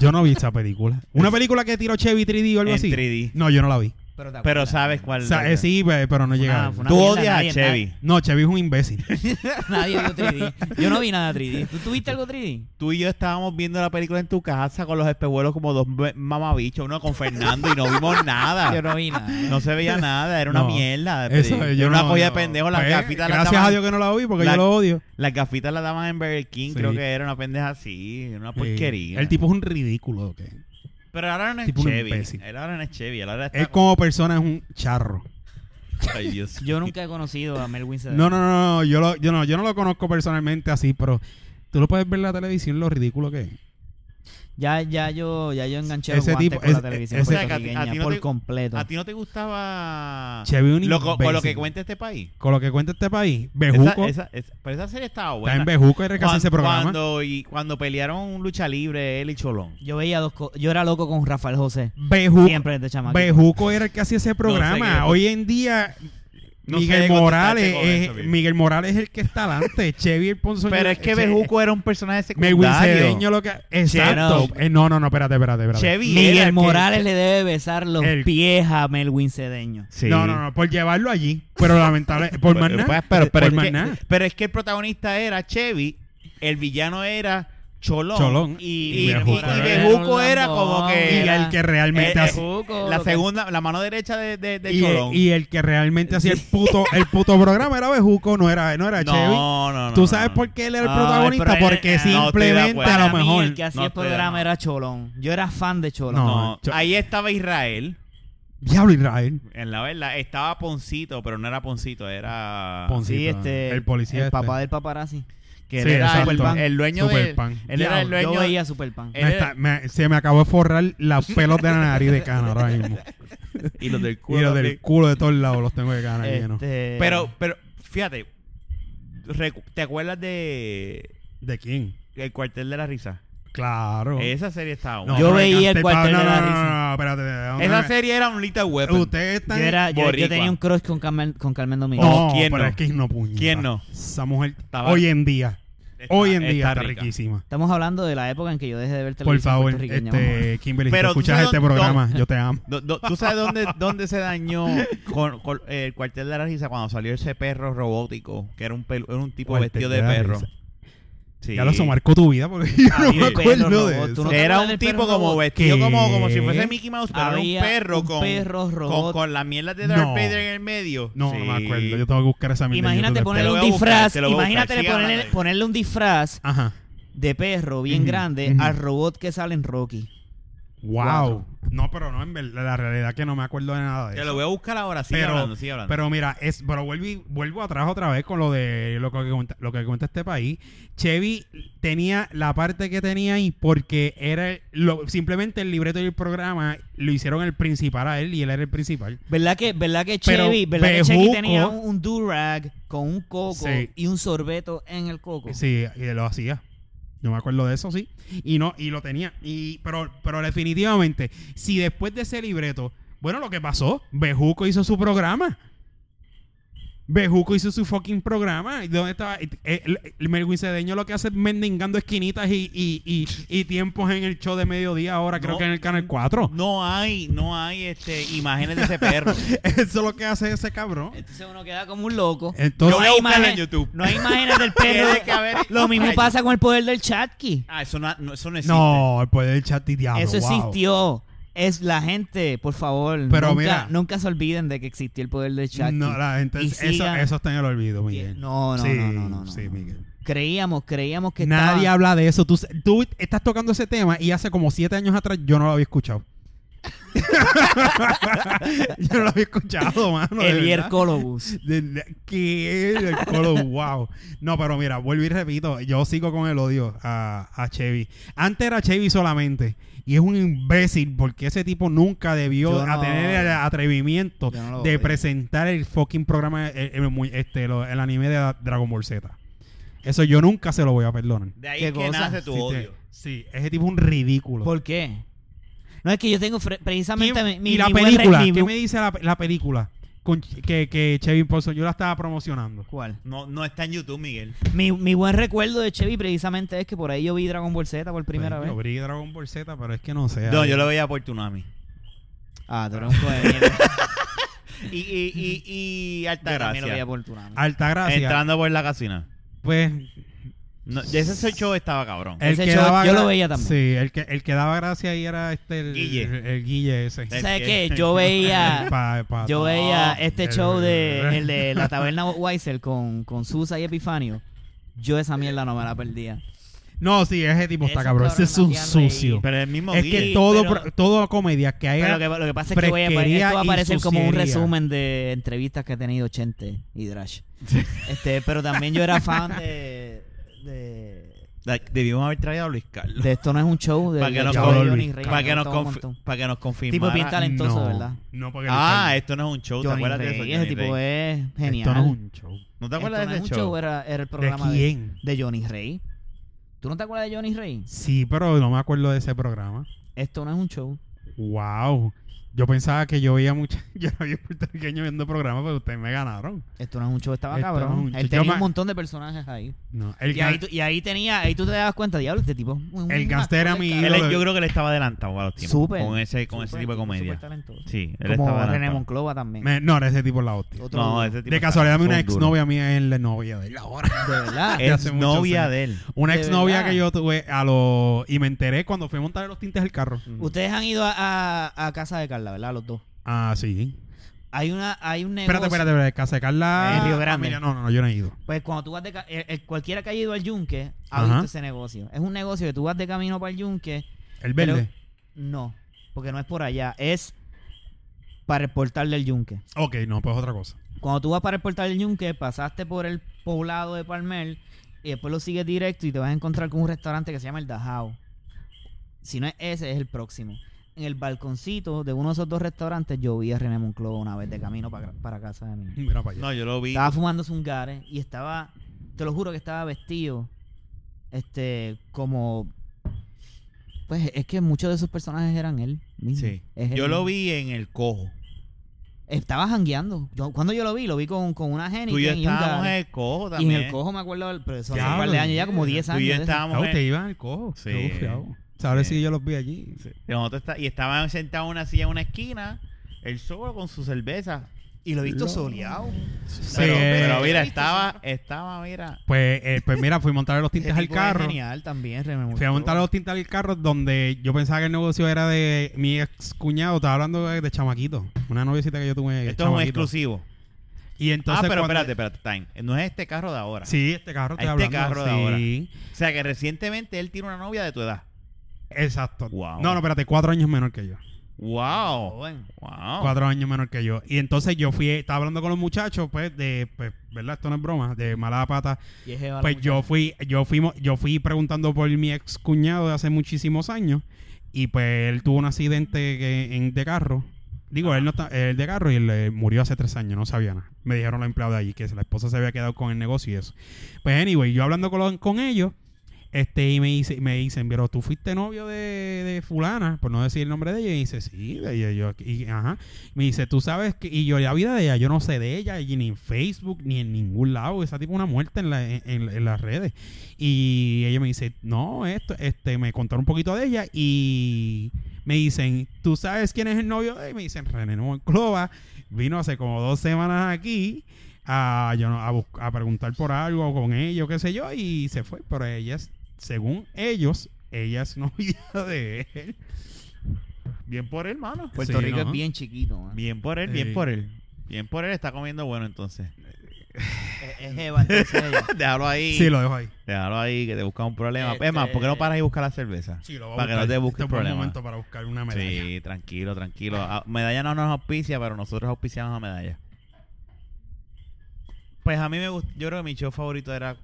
Speaker 3: Yo no vi esa película. ¿Una película que tiró Chevy 3D o algo
Speaker 2: En
Speaker 3: así?
Speaker 2: 3D.
Speaker 3: No, yo no la vi.
Speaker 1: Pero, te acuerdas.
Speaker 2: Pero sabes
Speaker 3: O
Speaker 2: cuál.
Speaker 3: sea, eh, sí, pe- pero
Speaker 1: Fue una-
Speaker 3: no llegaba.
Speaker 1: fue una
Speaker 2: Tú
Speaker 1: mierda,
Speaker 2: odias a
Speaker 1: nadie-
Speaker 2: Chevy.
Speaker 3: No, Chevy es un imbécil.
Speaker 1: Nadie vio 3D. Yo no vi nada 3D. ¿Tú tuviste algo 3D?
Speaker 2: Tú y yo estábamos viendo la película en tu casa con los espejuelos como dos be- mamabichos, uno con Fernando y no vimos
Speaker 1: Yo
Speaker 2: nada.
Speaker 1: no vi nada.
Speaker 2: Ah. No se veía nada, era una
Speaker 3: No.
Speaker 2: mierda. de
Speaker 3: Eso,
Speaker 2: peli-
Speaker 3: yo
Speaker 2: era una
Speaker 3: no-
Speaker 2: polla de
Speaker 3: no.
Speaker 2: pendejo, las
Speaker 3: Pues,
Speaker 2: gafitas las
Speaker 3: Gracias
Speaker 2: daban-
Speaker 3: a Dios que no la vi porque
Speaker 2: La-
Speaker 3: yo lo odio.
Speaker 2: Las gafitas las daban en Burger King,
Speaker 3: Sí.
Speaker 2: creo que era una pendeja así, una porquería.
Speaker 3: El tipo es un ridículo. ¿ok?
Speaker 2: Pero ahora no es
Speaker 3: tipo un
Speaker 2: Chevy.
Speaker 3: imbécil.
Speaker 2: Él ahora no es Chevy, él ahora está
Speaker 3: Él como persona es un charro.
Speaker 2: Ay, Dios.
Speaker 1: Yo nunca he conocido a Melwin
Speaker 2: Este.
Speaker 1: Sedano.
Speaker 3: No, no, no, no, yo, lo, yo, no yo no lo conozco personalmente así, pero tú lo puedes ver en la televisión lo ridículo que es.
Speaker 1: Ya, ya yo, ya yo enganché
Speaker 3: Ese
Speaker 1: los guantes
Speaker 3: tipo-
Speaker 1: con la
Speaker 3: ese-
Speaker 1: televisión
Speaker 3: ese-
Speaker 1: puertorriqueña
Speaker 2: a ti- a ti no
Speaker 1: por
Speaker 2: te-
Speaker 1: completo.
Speaker 2: ¿A ti no te gustaba
Speaker 3: Chevy un
Speaker 2: lo, co- Ah. con lo
Speaker 3: imbécil.
Speaker 2: que cuenta este país?
Speaker 3: Con lo que cuenta este país,
Speaker 2: Esa,
Speaker 3: Bejuco,
Speaker 2: esa, esa- pero esa serie estaba
Speaker 3: está
Speaker 2: buena.
Speaker 3: en Bejuco y recasé ese
Speaker 2: Cuan-
Speaker 3: programa.
Speaker 2: Cuando, y, cuando pelearon lucha libre él y Cholón.
Speaker 1: Yo veía dos co- yo era loco con Rafael José.
Speaker 3: Bejuco,
Speaker 1: Siempre desde chamaco.
Speaker 3: Bejuco era el que hacía ese programa.
Speaker 2: qué-
Speaker 3: Hoy en día
Speaker 2: No sé
Speaker 3: Miguel
Speaker 2: qué contestarte
Speaker 3: Morales
Speaker 2: con
Speaker 3: es,
Speaker 2: eso, Bill.
Speaker 3: Miguel Morales es el que está adelante. Chevy el Ponzoño-
Speaker 2: Pero es que Bejuco era un personaje
Speaker 3: Melwin Cedeño
Speaker 2: secundario.
Speaker 3: lo que exacto.
Speaker 1: Che,
Speaker 3: Eh, no, no, no, espérate, espérate, espérate.
Speaker 2: Chevy era el
Speaker 1: Miguel
Speaker 2: que-
Speaker 1: Morales le debe besar los
Speaker 3: El-
Speaker 1: pies a Melwin Cedeño.
Speaker 2: Sí.
Speaker 3: No, no, no, por llevarlo allí, pero lamentable por más
Speaker 2: Pues,
Speaker 3: nada.
Speaker 2: pero, pero
Speaker 3: por
Speaker 2: es
Speaker 3: más
Speaker 2: que,
Speaker 3: nada.
Speaker 2: pero es que el protagonista era Chevy, el villano era Cholón.
Speaker 3: Cholón.
Speaker 2: Y,
Speaker 3: Y
Speaker 2: y,
Speaker 3: Bejuco
Speaker 2: y
Speaker 3: era-
Speaker 2: Bejuco era como
Speaker 3: Y
Speaker 2: que.
Speaker 1: Era-
Speaker 3: el que realmente
Speaker 2: eh,
Speaker 3: hace-
Speaker 2: la segunda, la mano derecha de, de, de
Speaker 3: y,
Speaker 2: Cholón.
Speaker 3: y el que realmente hacía el puto el puto programa era Bejuco, no era no era
Speaker 2: no,
Speaker 3: Chevy.
Speaker 2: no, no.
Speaker 3: Tú
Speaker 2: no,
Speaker 3: sabes
Speaker 2: no.
Speaker 3: por qué él era el
Speaker 1: Ay,
Speaker 3: protagonista
Speaker 1: pero él-
Speaker 3: porque
Speaker 1: eh, no,
Speaker 2: estoy de
Speaker 3: simplemente
Speaker 2: acuerdo.
Speaker 3: a lo
Speaker 1: Para mí,
Speaker 3: mejor
Speaker 1: el que hacía
Speaker 2: No
Speaker 1: el
Speaker 2: estoy
Speaker 1: programa
Speaker 2: de
Speaker 1: era Cholón. Yo era fan de Cholón.
Speaker 3: No,
Speaker 2: No,
Speaker 3: Cho-
Speaker 2: ahí estaba Israel.
Speaker 3: Diablo
Speaker 1: Ah,
Speaker 3: Israel.
Speaker 2: En la verdad, estaba Poncito, pero no era Poncito, era.
Speaker 3: Poncito,
Speaker 1: Sí, este.
Speaker 3: el policía
Speaker 1: El
Speaker 3: este.
Speaker 1: papá del paparazzi.
Speaker 2: Que
Speaker 3: Sí,
Speaker 2: era
Speaker 3: exacto.
Speaker 2: el, el dueño de.
Speaker 3: Superpan.
Speaker 2: Él era el
Speaker 1: Diablo, Yo
Speaker 2: dueño.
Speaker 1: veía Superpan.
Speaker 2: Eh,
Speaker 3: Me está- me- se me acabó de forrar los pelos de la nariz de cana ahora mismo.
Speaker 2: Y los del culo.
Speaker 3: Y los
Speaker 2: también.
Speaker 3: del culo de todos lados los tengo de cana llenos.
Speaker 1: Este,
Speaker 2: Pero, pero, fíjate. recu- ¿Te acuerdas de.
Speaker 3: ¿De quién?
Speaker 2: El cuartel de la risa?
Speaker 3: Claro.
Speaker 2: Esa serie estaba buena.
Speaker 1: Yo
Speaker 3: no me
Speaker 1: veía
Speaker 3: cantes,
Speaker 1: el cuartel
Speaker 3: pa-
Speaker 1: de
Speaker 3: no,
Speaker 1: la
Speaker 3: no, no,
Speaker 1: risa.
Speaker 3: no, no, espérate. ¿dónde
Speaker 2: Esa
Speaker 3: me-
Speaker 2: serie era un little weapon.
Speaker 3: Ustedes están...
Speaker 1: yo, era, yo, yo
Speaker 2: boricua.
Speaker 1: tenía un crush con Carmen, con Carmen Domínguez.
Speaker 3: No,
Speaker 2: No, ¿quién
Speaker 3: pero
Speaker 2: no?
Speaker 3: es que no puñeta.
Speaker 2: ¿Quién no?
Speaker 3: Esa mujer
Speaker 2: Estaba-
Speaker 3: hoy en día,
Speaker 2: Está-
Speaker 3: hoy en día
Speaker 2: está
Speaker 3: está,
Speaker 2: rica.
Speaker 3: riquísima.
Speaker 1: Estamos hablando de la época en que yo dejé de ver
Speaker 3: Por
Speaker 1: televisión
Speaker 3: favor,
Speaker 1: puertorriqueña, mamá.
Speaker 3: este, Kimberly, si
Speaker 2: Pero
Speaker 3: tú
Speaker 2: tú
Speaker 3: escuchas
Speaker 2: sabes
Speaker 3: este
Speaker 2: dónde-
Speaker 3: programa, yo te amo.
Speaker 2: Do- do- ¿Tú sabes dónde, dónde se dañó con, con eh, el cuartel de la risa cuando salió ese perro robótico? Que era un, pelu- era un tipo
Speaker 3: Cuartel
Speaker 2: vestido
Speaker 3: de
Speaker 2: de,
Speaker 3: la
Speaker 2: perro.
Speaker 3: Risa.
Speaker 2: Sí.
Speaker 3: Ya lo eso marcó tu vida porque yo no
Speaker 1: Había
Speaker 3: me
Speaker 1: un perro
Speaker 3: acuerdo de
Speaker 1: robot, tú
Speaker 3: eso.
Speaker 1: no-
Speaker 2: Era
Speaker 1: acuerdas
Speaker 2: un
Speaker 1: del
Speaker 2: tipo
Speaker 1: perro
Speaker 2: como
Speaker 1: robot?
Speaker 2: vestido
Speaker 3: ¿Qué?
Speaker 2: como, como si fuese Mickey Mouse, pero
Speaker 1: Había
Speaker 2: era un perro
Speaker 1: un
Speaker 2: con,
Speaker 1: perro
Speaker 2: con,
Speaker 1: robot.
Speaker 2: con la mierda de Darth
Speaker 3: No.
Speaker 2: Vader en el medio.
Speaker 3: No, no me
Speaker 2: Sí.
Speaker 3: acuerdo. Yo tengo que buscar esa mierda en
Speaker 1: Imagínate
Speaker 3: YouTube
Speaker 1: ponerle
Speaker 2: Te
Speaker 1: un
Speaker 2: lo voy a buscar,
Speaker 1: disfraz.
Speaker 2: te lo voy a buscar.
Speaker 1: Imagínate
Speaker 2: Sigue
Speaker 1: ponerle,
Speaker 2: hablando ahí.
Speaker 1: ponerle un disfraz
Speaker 3: después. Ajá.
Speaker 1: de perro bien
Speaker 3: Ujú,
Speaker 1: grande
Speaker 3: ujú.
Speaker 1: al robot que sale en Rocky.
Speaker 3: Wow. No, pero no, en verdad, la realidad es que no me acuerdo de nada de
Speaker 2: Te
Speaker 3: eso.
Speaker 2: lo voy a buscar ahora, sigue
Speaker 3: pero,
Speaker 2: hablando, sigue hablando.
Speaker 3: pero mira, es, pero vuelvo, y- vuelvo atrás otra vez con lo de lo que, cuenta, lo que cuenta este país. Chevy tenía la parte que tenía ahí porque era el- lo- simplemente el libreto y el programa lo hicieron el principal a él y él era el principal.
Speaker 1: ¿Verdad que, verdad que
Speaker 3: Pero
Speaker 1: Chevy, verdad que Chevy
Speaker 3: Bejuco-
Speaker 1: tenía un, un durag con un coco
Speaker 3: Sí.
Speaker 1: y un sorbeto en el coco?
Speaker 3: Sí, y lo hacía. Yo me acuerdo de eso, sí. Y no, y lo tenía. Y, pero, pero definitivamente, si después de ese libreto, bueno, lo que pasó, Bejuco hizo su programa. Bejuco hizo su fucking programa. ¿Y dónde estaba? Eh, El, el Melwin Cedeño lo que hace es mendigando esquinitas y, y, y- y tiempos en el show de mediodía ahora, creo
Speaker 2: No.
Speaker 3: que en el Canal 4.
Speaker 2: No hay, no hay este, imágenes de ese perro.
Speaker 3: Eso es lo que hace ese cabrón.
Speaker 1: Entonces uno queda como un loco.
Speaker 2: Yo
Speaker 3: Entonces,
Speaker 2: voy a buscarla en YouTube.
Speaker 1: No hay imágenes del perro.
Speaker 2: Tiene que haber
Speaker 1: Lo mismo
Speaker 2: imágenes.
Speaker 1: pasa con el poder del chatki.
Speaker 2: Ah, eso no, no- eso no existe.
Speaker 3: no, el poder del chat y diablo.
Speaker 1: Eso
Speaker 3: wow.
Speaker 1: existió. Es la gente, por favor.
Speaker 3: Pero
Speaker 1: nunca,
Speaker 3: mira.
Speaker 1: nunca se olviden de que existió el poder del chatki.
Speaker 3: No, la gente,
Speaker 1: Y
Speaker 3: eso,
Speaker 1: sigan-
Speaker 3: eso está en el olvido, Miguel.
Speaker 1: No, no,
Speaker 3: Sí,
Speaker 1: no, no, no, no,
Speaker 3: sí,
Speaker 1: no.
Speaker 3: Miguel.
Speaker 1: Creíamos, creíamos que
Speaker 3: Nadie
Speaker 1: estaba-
Speaker 3: habla de eso. Tú, tú estás tocando ese tema y hace como siete años atrás yo no lo había escuchado. yo no lo había escuchado, mano. de
Speaker 1: el
Speaker 3: verdad.
Speaker 1: Hiercolobus.
Speaker 3: De- de- ¿Qué? El colo, wow. No, pero mira, vuelvo y repito, yo sigo con el odio a, a Chevy. Antes era Chevy solamente. Y es un imbécil porque ese tipo nunca debió
Speaker 1: Yo no-
Speaker 3: a tener el atrevimiento
Speaker 1: yo no lo
Speaker 3: de
Speaker 1: odio.
Speaker 3: presentar el fucking programa, el, el mu- este, lo- el anime de Dragon Ball Z. Eso yo nunca se lo voy a perdonar.
Speaker 2: De ahí
Speaker 1: ¿Qué
Speaker 2: que
Speaker 1: cosa?
Speaker 2: nace tu
Speaker 3: Sí, te-
Speaker 2: odio.
Speaker 3: sí, ese tipo es un ridículo.
Speaker 1: ¿Por qué? No es que yo tengo fre- precisamente mi,
Speaker 3: ¿Quién-
Speaker 1: mi-
Speaker 3: y la
Speaker 1: mi buen
Speaker 3: película,
Speaker 1: review-
Speaker 3: ¿qué me dice la, la película? Con- que, que Chevy Impulso, yo la estaba promocionando.
Speaker 1: ¿Cuál?
Speaker 2: No, no está en YouTube, Miguel.
Speaker 1: Mi, mi buen recuerdo de Chevy precisamente es que por ahí yo vi Dragon Ball Z por primera
Speaker 3: Pues,
Speaker 2: Pues,
Speaker 3: Yo
Speaker 1: vez.
Speaker 3: vi Dragon Ball Z, pero es que no sé.
Speaker 2: No,
Speaker 3: ahí.
Speaker 2: yo lo veía por Tsunami.
Speaker 1: Ah, tú eres un coño de mierda.
Speaker 2: Y, y, y, y
Speaker 1: Yo también lo veía
Speaker 2: Altagracia.
Speaker 1: por tu
Speaker 2: Ah,
Speaker 1: nada.
Speaker 3: Altagracia.
Speaker 2: Entrando por la casina.
Speaker 3: Pues.
Speaker 2: No, de ese show estaba cabrón.
Speaker 1: Eh,
Speaker 3: El
Speaker 1: Ese
Speaker 3: que
Speaker 1: show
Speaker 3: daba
Speaker 1: yo lo
Speaker 3: gra-
Speaker 1: veía también.
Speaker 3: Sí, el que, el que daba gracia ahí era este. El
Speaker 2: Guille.
Speaker 3: El, el Guille ese.
Speaker 1: ¿Tú
Speaker 2: el
Speaker 1: ¿Sabes
Speaker 2: que- Ah,
Speaker 1: qué? Yo veía...
Speaker 3: Pa- pa-
Speaker 1: Yo
Speaker 3: no.
Speaker 1: veía este
Speaker 3: el-
Speaker 1: show de el de la taberna Weiser con, con Susa y Epifanio. Yo esa mierda no me la perdía.
Speaker 3: No, sí, ese tipo está
Speaker 1: Ese
Speaker 3: cabrón. Ese es un
Speaker 1: cabrón hacía reír.
Speaker 3: sucio.
Speaker 2: Pero el mismo
Speaker 3: Es
Speaker 2: Guille.
Speaker 3: que todo,
Speaker 1: pero-
Speaker 3: pro- todo comedia que
Speaker 1: Pero lo
Speaker 3: haya.
Speaker 1: que, lo que pasa es que voy a,
Speaker 3: fresquería
Speaker 1: esto va a
Speaker 3: y
Speaker 1: parecer como un
Speaker 3: suciería.
Speaker 1: resumen de entrevistas que ha tenido Chente y Drash. Este, pero también yo era fan de, de,
Speaker 2: Like, debimos haber traído a Luis Carlos.
Speaker 1: de Esto no es un show, de,
Speaker 2: Para que
Speaker 1: de
Speaker 2: nos
Speaker 1: show de
Speaker 3: con-
Speaker 1: Johnny Reyes.
Speaker 2: Para que,
Speaker 1: me
Speaker 2: nos
Speaker 1: gustaba un
Speaker 2: confi-
Speaker 1: montón.
Speaker 2: para que nos
Speaker 1: Tipo bien
Speaker 2: confirmara.
Speaker 1: talentoso,
Speaker 3: no,
Speaker 1: ¿verdad?
Speaker 3: No, porque.
Speaker 2: Ah,
Speaker 3: el-
Speaker 2: esto no es un show. ¿Te
Speaker 1: Johnny
Speaker 2: acuerdas de eso?
Speaker 1: Reyes, ese
Speaker 2: Johnny
Speaker 1: tipo
Speaker 2: Rey?
Speaker 1: es genial.
Speaker 3: Esto no es un show.
Speaker 2: ¿No te acuerdas
Speaker 1: Esto
Speaker 2: de
Speaker 1: no es
Speaker 2: ese
Speaker 1: un
Speaker 2: show?
Speaker 1: show, eh. era, era el
Speaker 3: ¿De
Speaker 1: programa de,
Speaker 3: quién?
Speaker 1: de Johnny Rey. ¿Tú no te acuerdas de Johnny Rey?
Speaker 3: Sí, pero no me acuerdo de ese programa.
Speaker 1: Esto no es un show.
Speaker 3: Wow. Yo pensaba que yo veía mucha, yo no había puertorriqueño viendo programas, pero ustedes me ganaron.
Speaker 1: Esto no es un show, estaba
Speaker 3: Esto
Speaker 1: cabrón.
Speaker 3: no es un
Speaker 1: Él
Speaker 3: show.
Speaker 1: tenía
Speaker 3: Yo
Speaker 1: un
Speaker 3: me-
Speaker 1: montón de personajes ahí.
Speaker 3: No, el,
Speaker 1: Y
Speaker 3: ga-
Speaker 1: ahí, tú- y ahí tenía, ahí tú te dabas cuenta, diablo, este tipo.
Speaker 3: El gangster era mi
Speaker 2: Él es-
Speaker 3: ídolo.
Speaker 2: yo creo que él estaba adelantado a los tiempos.
Speaker 1: Súper.
Speaker 2: Con ese, con ese tipo de comedia. Sí, él
Speaker 1: Como
Speaker 2: estaba
Speaker 1: René
Speaker 2: adelantado.
Speaker 1: Monclova también.
Speaker 3: me- no, era ese tipo la hostia.
Speaker 1: Otro
Speaker 2: No,
Speaker 1: duro.
Speaker 2: ese tipo
Speaker 3: De
Speaker 2: está-
Speaker 3: casualidad,
Speaker 2: son
Speaker 3: una
Speaker 2: duros.
Speaker 3: exnovia mía es la novia de él ahora.
Speaker 1: De verdad.
Speaker 3: de hace
Speaker 2: Es
Speaker 3: muchos
Speaker 2: novia
Speaker 3: años.
Speaker 2: de él.
Speaker 3: Una
Speaker 1: ¿De
Speaker 3: exnovia
Speaker 1: verdad?
Speaker 3: que yo tuve a lo... Y me enteré cuando fui a montar los tintes del carro.
Speaker 1: Ustedes han ido a, a- a casa de Carla, ¿verdad? Los dos.
Speaker 3: Ah, sí.
Speaker 1: Hay una, hay un negocio.
Speaker 3: Espérate, espérate, espérate. Casa de Carla...
Speaker 1: En Eh, Río Grande.
Speaker 3: familia- No, no, no, yo no he ido.
Speaker 1: Pues cuando tú vas de ca- el- el- cualquiera que haya ido al yunque ha
Speaker 3: Ajá.
Speaker 1: visto ese negocio. Es un negocio que tú vas de camino para el yunque.
Speaker 3: El
Speaker 1: Pero-
Speaker 3: verde.
Speaker 1: No, porque no es por allá, es para el portal del yunque.
Speaker 3: Ok, no, pues otra cosa.
Speaker 1: Cuando tú vas para el portal del yunque, pasaste por el poblado de Palmer y después lo sigues directo y te vas a encontrar con un restaurante que se llama el Dajao. Si no es ese, es el próximo. En el balconcito de uno de esos dos restaurantes yo vi a René Monclova una vez de camino para, para casa de mí.
Speaker 3: Mira para allá.
Speaker 2: No, yo lo vi.
Speaker 1: Estaba fumando zungares y estaba, te lo juro que estaba vestido, este, como, pues es que muchos de esos personajes eran él mismo.
Speaker 2: Sí.
Speaker 1: Es él
Speaker 2: Yo lo
Speaker 1: mismo.
Speaker 2: vi en el cojo.
Speaker 1: Estaba jangueando. Yo, cuando yo lo vi, lo vi con, con una Jenny
Speaker 2: Tú y yo
Speaker 1: y un
Speaker 2: estábamos en
Speaker 1: Gary.
Speaker 2: el cojo
Speaker 1: Y en
Speaker 2: también.
Speaker 1: el cojo me acuerdo del pero eso hace un
Speaker 3: Diablo,
Speaker 1: par de años, ya como
Speaker 3: yeah.
Speaker 1: 10
Speaker 2: Tú
Speaker 1: años.
Speaker 2: y yo
Speaker 1: de eso.
Speaker 2: estábamos
Speaker 3: Ah,
Speaker 2: en-
Speaker 1: eh.
Speaker 3: ustedes iban al cojo.
Speaker 2: Sí.
Speaker 3: Qué bufiado. O sea, ahora
Speaker 2: Sí.
Speaker 3: sí yo los vi allí.
Speaker 2: Y nosotros está- y estaban sentados en una silla en una esquina, él solo con su cerveza.
Speaker 1: Y lo he visto
Speaker 3: Lo-
Speaker 1: soleado.
Speaker 3: Sí,
Speaker 2: Pero,
Speaker 3: eh,
Speaker 2: pero mira, estaba, estaba, mira.
Speaker 3: Pues, eh, pues mira, fui a montar los tintes
Speaker 1: Ese
Speaker 3: al
Speaker 1: Este tipo es
Speaker 3: carro.
Speaker 1: genial también, René
Speaker 3: Fui a
Speaker 1: Monclova.
Speaker 3: montar los tintes al carro donde yo pensaba que el negocio era de mi ex cuñado. Estaba hablando de, de chamaquito. Una noviecita que yo tuve.
Speaker 2: Esto es un
Speaker 3: chamaquito.
Speaker 2: exclusivo.
Speaker 3: Y entonces.
Speaker 2: ah, pero
Speaker 3: cuando-
Speaker 2: espérate, espérate, time. No es este carro de ahora.
Speaker 3: Sí, este carro te
Speaker 2: Este
Speaker 3: hablando.
Speaker 2: carro de
Speaker 3: sí.
Speaker 2: O sea que recientemente él tiene una novia de tu edad.
Speaker 3: Exacto.
Speaker 2: Wow.
Speaker 3: No, no, espérate, cuatro años menor que yo.
Speaker 2: Wow.
Speaker 1: Joven.
Speaker 2: Wow.
Speaker 3: Cuatro años menor que yo. Y entonces yo fui, estaba hablando con los muchachos, pues, de, pues, ¿verdad? Esto no es broma, de mala pata.
Speaker 1: Y es jeva la
Speaker 3: Pues
Speaker 1: muchacha.
Speaker 3: yo fui, yo fui, mo- yo fui preguntando por mi ex cuñado de hace muchísimos años y pues él tuvo un accidente que- en, de carro. Digo, él no está, él de carro y él eh, murió hace tres años, no sabía nada. Me dijeron los empleados de allí que la esposa se había quedado con el negocio y eso. Pues anyway, yo hablando con, los- con ellos, Este, y me, dice, me dicen, pero tú fuiste novio de, de fulana, por no decir el nombre de ella. Y dice, sí, de ella, yo, y, ajá. Me dice, tú sabes que, y yo, la vida de ella, yo no sé de ella, y ni en Facebook, ni en ningún lado. Esa tipo una muerte en, la- en- en- en las redes. Y ella me dice, no, esto, este, me contaron un poquito de ella y me dicen, ¿tú sabes quién es el novio de ella? Y me dicen, René Monclova vino hace como dos semanas aquí a, yo no- a, bus- a preguntar por algo con ellos, qué sé yo, y se fue. Pero ella, es- según ellos, ella es novia de él.
Speaker 2: Bien por él, mano.
Speaker 1: Puerto
Speaker 3: Sí,
Speaker 1: Rico
Speaker 3: ¿no?
Speaker 1: es bien chiquito, man.
Speaker 2: pues, Bien por él,
Speaker 3: Sí.
Speaker 2: bien por él. Bien por él, está comiendo bueno entonces.
Speaker 1: Es, es jeva, entonces ella.
Speaker 2: Déjalo ahí.
Speaker 3: Sí, lo dejo ahí.
Speaker 2: Déjalo ahí, que te busca un problema.
Speaker 1: Este-
Speaker 2: Es más, ¿por qué no paras y buscas la cerveza?
Speaker 3: Sí, lo voy a
Speaker 2: Para que
Speaker 3: buscar.
Speaker 2: no te busques
Speaker 3: Este es buen
Speaker 2: problemas.
Speaker 3: momento para buscar una medalla.
Speaker 2: Sí, tranquilo, tranquilo. Ah, Medalla no nos auspicia, pero nosotros auspiciamos a Medalla. Pues a mí me gustó, yo creo que mi show favorito era...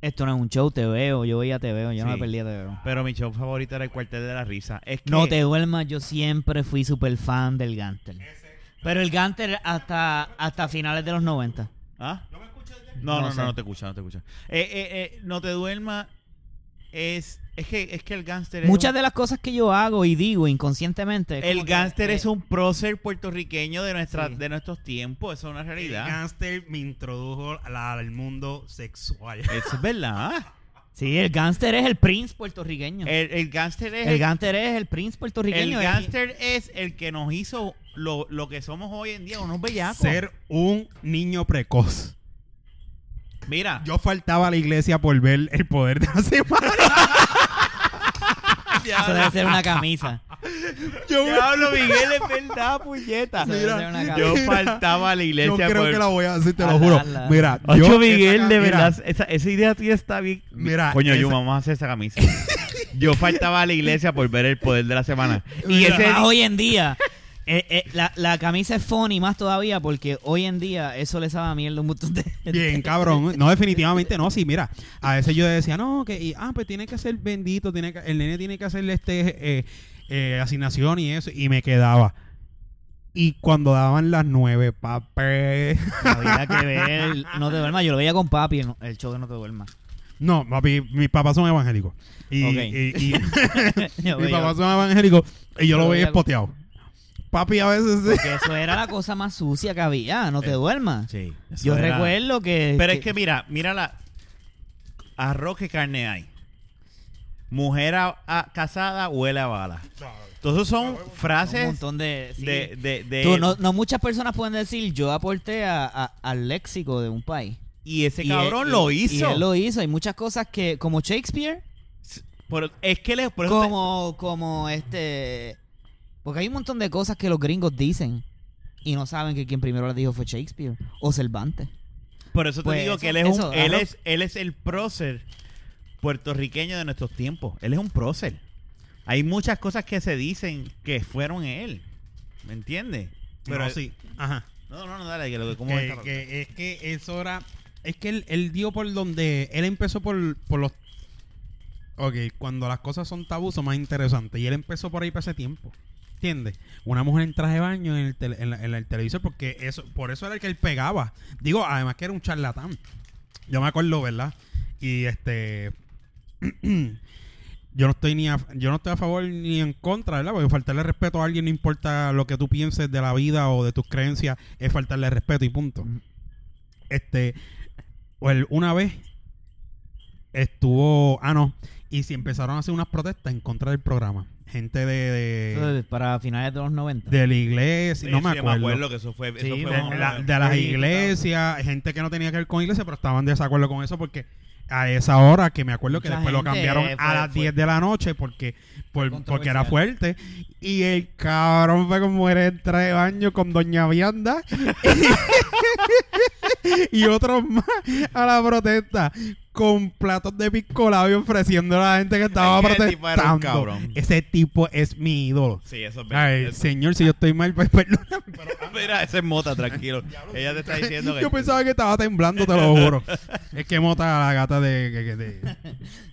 Speaker 1: Esto no es un show, te veo. Yo veía te veo, yo no
Speaker 2: Sí.
Speaker 1: me perdía te veo.
Speaker 2: Pero mi show favorito era el cuartel de la risa. Es que...
Speaker 1: No te duermas, yo siempre fui super fan del Gantel. Pero el Gantel hasta, hasta finales de los 90.
Speaker 2: ¿Ah? No,
Speaker 1: No
Speaker 2: no,
Speaker 1: sé.
Speaker 2: no, no te escucha, no te escucha. Eh, eh, eh, no te duerma. Es, es que es que el gángster es
Speaker 1: Muchas
Speaker 2: un-
Speaker 1: de las cosas que yo hago y digo inconscientemente. es como
Speaker 2: el
Speaker 1: que-
Speaker 2: gángster
Speaker 1: eh,
Speaker 2: es un prócer puertorriqueño de nuestra
Speaker 1: Sí.
Speaker 2: de nuestros tiempos, eso es una
Speaker 4: El
Speaker 2: realidad.
Speaker 4: gangster me introdujo la- al mundo sexual.
Speaker 2: Eso es verdad.
Speaker 1: Sí, el Gantel es el prince puertorriqueño. El,
Speaker 2: El, el gángster es
Speaker 1: Gantel es el prince
Speaker 2: Eh, el
Speaker 1: puertorriqueño.
Speaker 2: gángster es el que nos hizo lo, lo que somos hoy en día, unos bellacos.
Speaker 3: Ser un niño precoz.
Speaker 2: Mira,
Speaker 3: Yo faltaba a la iglesia por ver el poder de la semana.
Speaker 1: Eso debe ser una camisa.
Speaker 3: Yo,
Speaker 2: Diablo, Miguel, es verdad, puñeta.
Speaker 1: Eso debe ser una camisa.
Speaker 2: Yo faltaba a la iglesia
Speaker 3: yo creo
Speaker 2: por-
Speaker 3: que la voy a decir, te lo
Speaker 1: Hazla,
Speaker 3: juro.
Speaker 1: hazla.
Speaker 3: Mira,
Speaker 2: Ocho
Speaker 3: yo-
Speaker 2: Miguel,
Speaker 3: esa-
Speaker 2: de
Speaker 3: mira,
Speaker 2: verdad, esa, esa idea tuya está bien.
Speaker 3: Mira,
Speaker 2: Coño,
Speaker 3: esa-
Speaker 2: yo vamos a hacer esa camisa. Yo faltaba a la iglesia por ver el poder de la semana. Y
Speaker 1: Y
Speaker 2: ese
Speaker 1: además, hoy en día. eh, eh, la, la camisa es funny más todavía porque hoy en día eso le sabe a mierda un montón de gente.
Speaker 3: Bien, cabrón. No, definitivamente no. Sí, mira, a veces yo decía, no, que, y, ah, pues tiene que ser bendito, tiene que, el nene tiene que hacerle este eh, eh, asignación y eso, y me quedaba. Y cuando daban las nueve, papé.
Speaker 1: Había que ver. No te duermas. Yo lo veía con papi el, el show de No te duermas.
Speaker 3: No, papi, mis papás son evangélicos. Y,
Speaker 1: Ok.
Speaker 3: y- y-
Speaker 1: Yo
Speaker 3: mis
Speaker 1: veía-
Speaker 3: papás son evangélicos y yo
Speaker 1: Yo
Speaker 3: lo
Speaker 1: lo
Speaker 3: veía
Speaker 1: veía con-
Speaker 3: espoteado. Papi a veces...
Speaker 1: Porque eso era la cosa más sucia que había, no te duermas.
Speaker 2: Eh, Sí, eso
Speaker 1: Yo
Speaker 2: era-
Speaker 1: recuerdo que...
Speaker 2: Pero es que mira, mira la arroz que carne hay. Mujer a- a- casada huele a bala. Entonces son
Speaker 1: un
Speaker 2: frases
Speaker 1: montón de... sí.
Speaker 2: de, de- de-
Speaker 1: Tú, no, no muchas personas pueden decir, yo aporté a- a- al léxico de un país.
Speaker 2: y ese
Speaker 1: Y
Speaker 2: Este cabrón
Speaker 1: él-
Speaker 2: lo
Speaker 1: y- Y
Speaker 2: hizo.
Speaker 1: él lo hizo. Hay muchas cosas que, como Shakespeare,
Speaker 2: Por- es que le, por eso te-
Speaker 1: como, como este... Porque hay un montón de cosas que los gringos dicen y no saben que quien primero las dijo fue Shakespeare o Cervantes.
Speaker 2: Por eso te
Speaker 1: Pues
Speaker 2: digo
Speaker 1: eso-
Speaker 2: que él es,
Speaker 1: eso,
Speaker 2: un- él,
Speaker 1: ajá.
Speaker 2: es, él es el prócer puertorriqueño de nuestros tiempos. Él es un prócer. Hay muchas cosas que se dicen que fueron él. ¿Me entiendes?
Speaker 3: Pero sí, ajá.
Speaker 2: No, no, no, dale, que lo que como
Speaker 3: que- Eh, que es que eso era es que él, él dio por donde él empezó por, por los ok cuando las cosas son tabú son más interesantes y él empezó por ahí para ese tiempo ¿entiendes? una mujer en traje de baño en el, tele- en la- en la- el televisor porque eso por eso era el que él pegaba digo además que era un charlatán yo me acuerdo ¿verdad? y este yo no estoy ni a, yo no estoy a favor ni en contra, ¿verdad? Porque faltarle respeto a alguien no importa lo que tú pienses de la vida o de tus creencias, es faltarle respeto y punto. Este, o el- una vez estuvo, ah no, y si empezaron a hacer unas protestas en contra del programa, gente de, de-
Speaker 1: Eso es para finales de los 90.
Speaker 3: Eh, de la
Speaker 2: Sí,
Speaker 3: iglesia, no
Speaker 2: sí,
Speaker 3: me acuerdo.
Speaker 2: que eso fue. eso
Speaker 1: Sí,
Speaker 2: fue
Speaker 1: de-
Speaker 2: un-
Speaker 3: de, la- de las
Speaker 1: Sí,
Speaker 3: iglesias, gente que no tenía que ver con iglesia, pero estaban de desacuerdo con eso porque a esa hora que me acuerdo que
Speaker 1: Mucha
Speaker 3: después lo
Speaker 1: gente
Speaker 3: cambiaron a
Speaker 1: fue-
Speaker 3: las
Speaker 1: fue-
Speaker 3: 10 de la noche porque por- porque era
Speaker 1: controversial.
Speaker 3: fuerte y el cabrón fue con mujeres en traje de baño con doña Vianda y otros más a la protesta con platos de pisco labio ofreciendo a la gente que estaba
Speaker 2: Es que el tipo era un
Speaker 3: protestando.
Speaker 2: cabrón.
Speaker 3: Ese tipo es mi ídolo.
Speaker 2: Sí, eso es verdad.
Speaker 3: Ay,
Speaker 2: Eso-
Speaker 3: señor, si yo estoy mal, pues perdóname.
Speaker 2: Mira, ese es mota, tranquilo. Ella te está diciendo que.
Speaker 3: Yo pensaba que estaba temblando, te lo juro. es que mota a la gata de, que- que- de,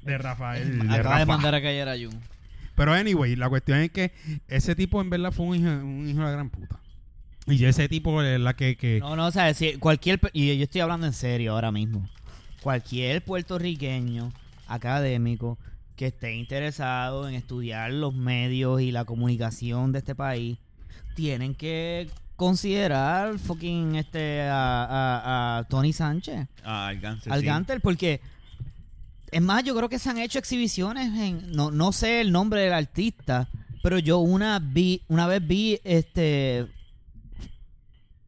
Speaker 3: de Rafael. de
Speaker 1: Acaba de
Speaker 3: Rafa.
Speaker 1: mandar a callar a Jun.
Speaker 3: Pero anyway, la cuestión es que ese tipo en verdad fue un hijo, un hijo de la gran puta. Y ese tipo es la que... que
Speaker 1: No, no, o sea, si cualquier... per- Y yo estoy hablando en serio ahora mismo. cualquier puertorriqueño académico que esté interesado en estudiar los medios y la comunicación de este país, tienen que considerar fucking este a, a- a Tony Sánchez,
Speaker 2: Ah, Alcance.
Speaker 1: al
Speaker 2: sí.
Speaker 1: Gantel, porque es más, yo creo que se han hecho exhibiciones en, no, no sé el nombre del artista, pero yo una vi, una vez vi este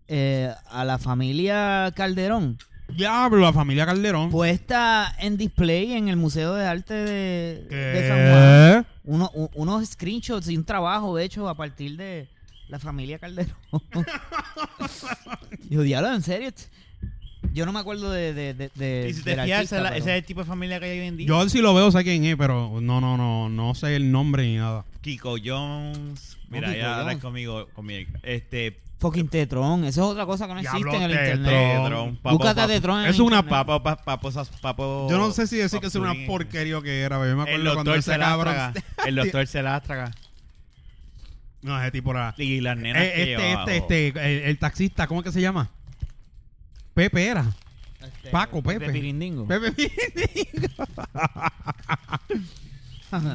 Speaker 1: eh, a la familia Calderón
Speaker 3: Diablo, la familia Calderón.
Speaker 1: Pues, puesta en display en el Museo de Arte de,
Speaker 3: ¿Qué?
Speaker 1: de San Juan.
Speaker 3: ¿Eh?
Speaker 1: Uno- u- unos screenshots y un trabajo hecho a partir de la familia Calderón. Yo, diablo, en serio. Yo no me acuerdo de. de, de, de-
Speaker 2: Y si te
Speaker 1: del
Speaker 2: fijas,
Speaker 1: artista,
Speaker 2: esa es la-
Speaker 1: pero-
Speaker 2: ese es el tipo de familia que hay hoy en día.
Speaker 3: Yo sí lo veo, sé quién es, pero no, no, no, no sé el nombre ni nada.
Speaker 2: Kiko Jones. Mira,
Speaker 1: Kiko
Speaker 2: ya hablas
Speaker 1: Jones.
Speaker 2: conmigo, conmigo. Este,
Speaker 1: Fucking Tetron. Esa es otra cosa que no existe
Speaker 3: Diablo,
Speaker 1: en el
Speaker 3: Tetron.
Speaker 1: internet.
Speaker 2: Tetron, papo,
Speaker 1: Búscate a
Speaker 2: papo.
Speaker 1: Tetron. en
Speaker 3: Eso es una
Speaker 1: internet.
Speaker 2: papo, pa- papo, sas- papo.
Speaker 1: Oh,
Speaker 3: Yo no sé si decir que es una
Speaker 2: papulín.
Speaker 3: porquería que era, pero yo me
Speaker 2: El
Speaker 3: acuerdo cuando
Speaker 2: doctor
Speaker 3: ese cabrón.
Speaker 2: Celástraga. El doctor Celástraga.
Speaker 3: No, ese tipo era.
Speaker 2: Y las nenas.
Speaker 3: Eh,
Speaker 2: que
Speaker 3: este,
Speaker 2: llevaba.
Speaker 3: este, este, el, el taxista, ¿cómo es que se llama? Pepe era.
Speaker 1: Este,
Speaker 3: Paco,
Speaker 1: De
Speaker 3: Pepe.
Speaker 1: Pirindingo.
Speaker 3: Pepe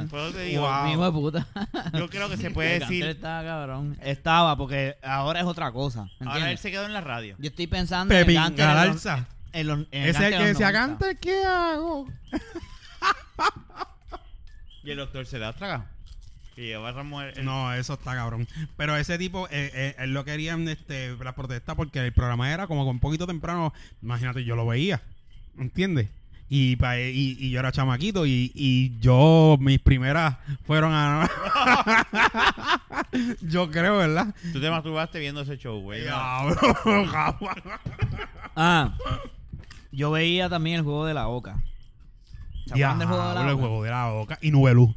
Speaker 2: Por eso te digo,
Speaker 3: Wow.
Speaker 1: Mi hijo de puta.
Speaker 2: Yo creo que se puede
Speaker 1: El Gantel
Speaker 2: decir.
Speaker 1: Estaba, cabrón. Estaba, porque ahora es otra cosa.
Speaker 2: Ahora él
Speaker 1: ¿entiendes?
Speaker 2: se quedó en la radio.
Speaker 1: Yo estoy pensando en
Speaker 3: Pepe
Speaker 1: el Gantel de los-
Speaker 3: Galarza.
Speaker 1: en los- en el
Speaker 3: Ese es
Speaker 1: Gantel
Speaker 3: el
Speaker 1: de
Speaker 3: que
Speaker 1: los 90.
Speaker 3: decía, Gantel, ¿qué hago?
Speaker 2: Y el doctor Celástraga. Que lleva a Ramón. el-
Speaker 3: No, eso está cabrón. Pero ese tipo, eh, eh, él lo querían este, la protesta porque el programa era como con poquito temprano. Imagínate, yo lo veía. ¿Entiendes? Y, pa- eh, y, y yo era chamaquito y, y yo, mis primeras fueron a... yo creo, ¿verdad?
Speaker 2: Tú te masturbaste viendo ese show, güey.
Speaker 3: Cabrón, cabrón.
Speaker 1: Ah, yo veía también el juego de la Oca. ¿Se acuerdan del juego de
Speaker 3: Diablo,
Speaker 1: la
Speaker 3: el
Speaker 1: Oca?
Speaker 3: juego de la boca. Y Nubelú.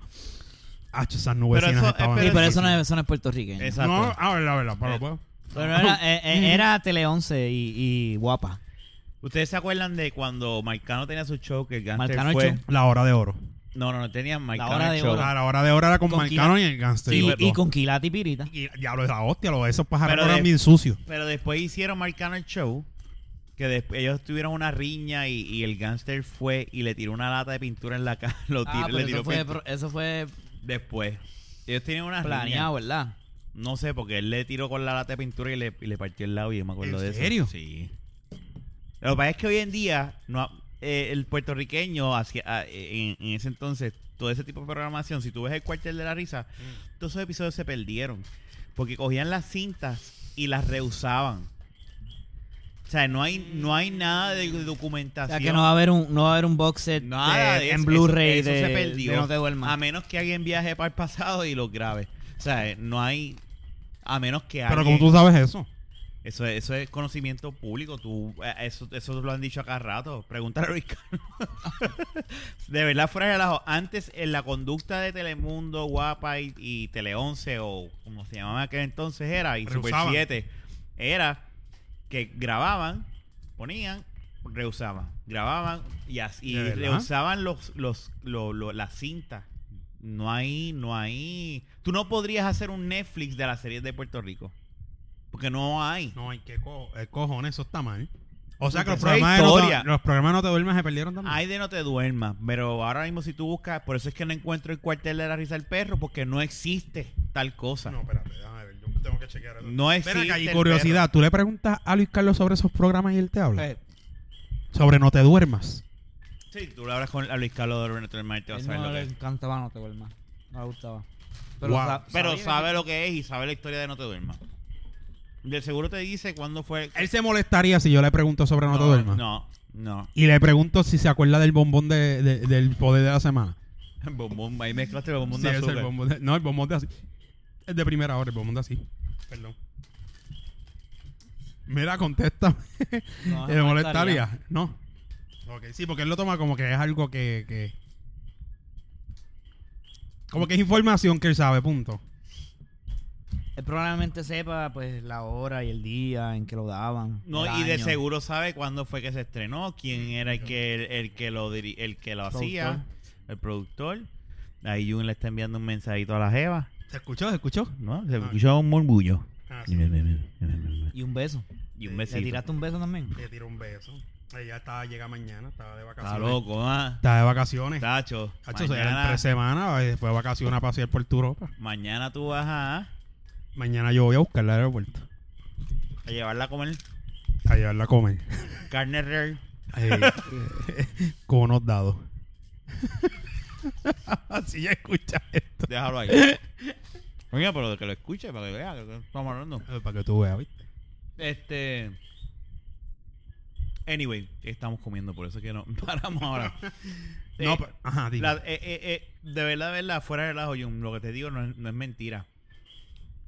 Speaker 3: Ah, esas nubecinas
Speaker 2: eso-
Speaker 3: estaban...
Speaker 1: Sí,
Speaker 2: espera,
Speaker 1: pero eso no es, eso no es puertorriqueño.
Speaker 2: Exacto.
Speaker 3: No, ah, verdad, verdad, pero pues,
Speaker 1: Pero era, eh,
Speaker 3: Mm.
Speaker 1: eh, era Tele 11 y, y guapa.
Speaker 2: ¿Ustedes se acuerdan de cuando Marcano tenía su show que el gánster
Speaker 1: Marcano
Speaker 2: fue?
Speaker 1: el show.
Speaker 3: La hora de oro.
Speaker 2: No, no, no tenía Marcano
Speaker 1: hora
Speaker 2: el
Speaker 1: de
Speaker 2: show.
Speaker 1: oro.
Speaker 3: Ah, la hora de oro era con,
Speaker 1: Con
Speaker 3: Marcano y el gánster.
Speaker 1: y,
Speaker 3: los
Speaker 1: y
Speaker 3: dos.
Speaker 1: con Quilate y Pirita.
Speaker 3: Y diablo es la hostia, lo, esos pájaros
Speaker 2: Pero
Speaker 3: eran
Speaker 2: de-
Speaker 3: bien sucios.
Speaker 2: Pero después hicieron Marcano el show. Que después ellos tuvieron una riña y, y el gánster fue y le tiró una lata de pintura en la cara. Lo tir-
Speaker 1: Ah, pero
Speaker 2: le tiró
Speaker 1: eso, fue,
Speaker 2: pintura.
Speaker 1: pro- eso fue
Speaker 2: Después. Ellos tienen
Speaker 3: Ah,
Speaker 2: una riña.
Speaker 1: planeado, ¿verdad?
Speaker 2: No sé, porque él le tiró con la lata de pintura y le, y le partió el labio, yo me acuerdo
Speaker 3: ¿En
Speaker 2: de eso.
Speaker 3: serio?
Speaker 2: Sí. Lo que pasa es que hoy en día, no, ha- eh, el puertorriqueño, hacia, ah, eh, en, en ese entonces, todo ese tipo de programación, si tú ves el cuartel de la risa,
Speaker 1: Mm.
Speaker 2: todos esos episodios se perdieron. Porque cogían las cintas y las rehusaban. O sea, no hay, no hay nada de
Speaker 1: O
Speaker 2: documentación.
Speaker 1: sea que no va a haber un, no va a haber un box set
Speaker 2: Nada
Speaker 1: de-
Speaker 2: de
Speaker 1: en
Speaker 2: eso.
Speaker 1: Blu-ray
Speaker 2: Eso-
Speaker 1: de,
Speaker 2: eso se perdió.
Speaker 1: de No te duermas.
Speaker 2: A menos que alguien viaje para el pasado y lo grabe. O sea, eh, no hay. A menos que
Speaker 3: Pero
Speaker 2: alguien.
Speaker 3: como tú sabes eso.
Speaker 2: Eso, es- eso es conocimiento público. Tú, eh, eso, eso lo han dicho acá rato. Pregúntale a Luis Carlos. de verdad, fuera de relajo. Antes, en la conducta de Telemundo, Guapa y, y Tele 11, o como se llamaba en aquel entonces, era, y Super
Speaker 3: Rehusaban.
Speaker 2: 7, era que grababan, ponían, rehusaban, grababan y así. Y
Speaker 3: ¿De verdad?
Speaker 2: rehusaban los, los, lo- lo- las cintas. No hay, no hay. Tú no podrías hacer un Netflix de las series de Puerto Rico. Porque no hay.
Speaker 3: No, hay que cojones, eso está mal. O sea que los
Speaker 2: Eso es
Speaker 3: programas, de no
Speaker 2: historia.
Speaker 3: te, los programas de no te duermas se perdieron también.
Speaker 2: Hay de no te duermas, pero ahora mismo si tú buscas, por eso es que no encuentro el cuartel de la risa del perro, porque no existe tal cosa.
Speaker 3: No, espérate, déjame ver, yo tengo que chequear eso.
Speaker 2: No
Speaker 3: Espera,
Speaker 2: existe.
Speaker 3: que hay
Speaker 2: el
Speaker 3: curiosidad. Tú le preguntas a Luis Carlos sobre esos programas y él te habla.
Speaker 1: Eh,
Speaker 3: Sobre no te duermas.
Speaker 2: perro. Sí, tú lo hablas con a Luis Carlos de Roberto del Mar y te vas a
Speaker 1: él
Speaker 2: saber
Speaker 1: no
Speaker 2: lo que
Speaker 1: le
Speaker 2: es.
Speaker 1: encantaba No te duermas. No le gustaba.
Speaker 3: Guau.
Speaker 1: sa-
Speaker 2: Pero
Speaker 1: sabía
Speaker 2: sabe lo que es y sabe la historia de No te duermas. De seguro te dice cuándo fue.
Speaker 3: Él se molestaría si yo le pregunto sobre no, te duermas.
Speaker 2: No, no.
Speaker 3: Y le pregunto si se acuerda del bombón de- de- del poder de la semana.
Speaker 2: Bombón, ahí mezclaste el bombón de
Speaker 3: Sí, ese es
Speaker 2: azúcar.
Speaker 3: el bombón de- no, el bombón de así. Es de primera hora, el bombón de así. Perdón. Mira, contesta.
Speaker 1: que- no,
Speaker 3: ¿Te
Speaker 1: no
Speaker 3: molestaría? No. Ok, sí, porque él lo toma como que es algo que, que- Como que es información que él sabe, punto.
Speaker 1: Él probablemente sepa pues la hora y el día en que lo daban.
Speaker 2: No,
Speaker 1: el
Speaker 2: y de
Speaker 1: año.
Speaker 2: seguro sabe cuándo fue que se estrenó, quién era el que el, el que lo diri- el que lo hacía, el productor. Ahí Jun le está enviando un mensajito a la Jeva,
Speaker 3: ¿Se escuchó? ¿Se escuchó?
Speaker 2: ¿no? Se
Speaker 3: Ah.
Speaker 2: escuchó un murmullo.
Speaker 3: Ah,
Speaker 2: Y un
Speaker 1: Y un beso. ¿Le
Speaker 2: besito.
Speaker 1: tiraste un beso también?
Speaker 3: Le tiró un beso.
Speaker 4: Ella estaba, llega mañana, estaba de vacaciones.
Speaker 2: Está loco, ¿ah?
Speaker 3: Está de vacaciones.
Speaker 2: Tacho.
Speaker 3: Hacho, se da en
Speaker 2: Mañana,
Speaker 3: tres semanas, eh, fue de vacaciones a pasear por tu ropa.
Speaker 2: mañana tú vas a, ¿ah?
Speaker 3: Mañana yo voy a buscarla al aeropuerto.
Speaker 2: a llevarla a comer
Speaker 3: A llevarla a comer.
Speaker 2: carne real.
Speaker 3: Eh, con unos dados. Así ya escucha esto.
Speaker 2: Déjalo ahí. Oiga, pero que lo escuche para que vea que que estamos hablando.
Speaker 3: Eh, Para que tú veas, ¿viste?
Speaker 2: Este. Anyway, estamos comiendo, por eso es que no paramos ahora.
Speaker 3: no,
Speaker 2: Eh,
Speaker 3: pero- ajá, dime.
Speaker 2: La- eh, eh, eh, de verdad, de verdad, fuera de relajo, Jun, lo que te digo no es, no es mentira.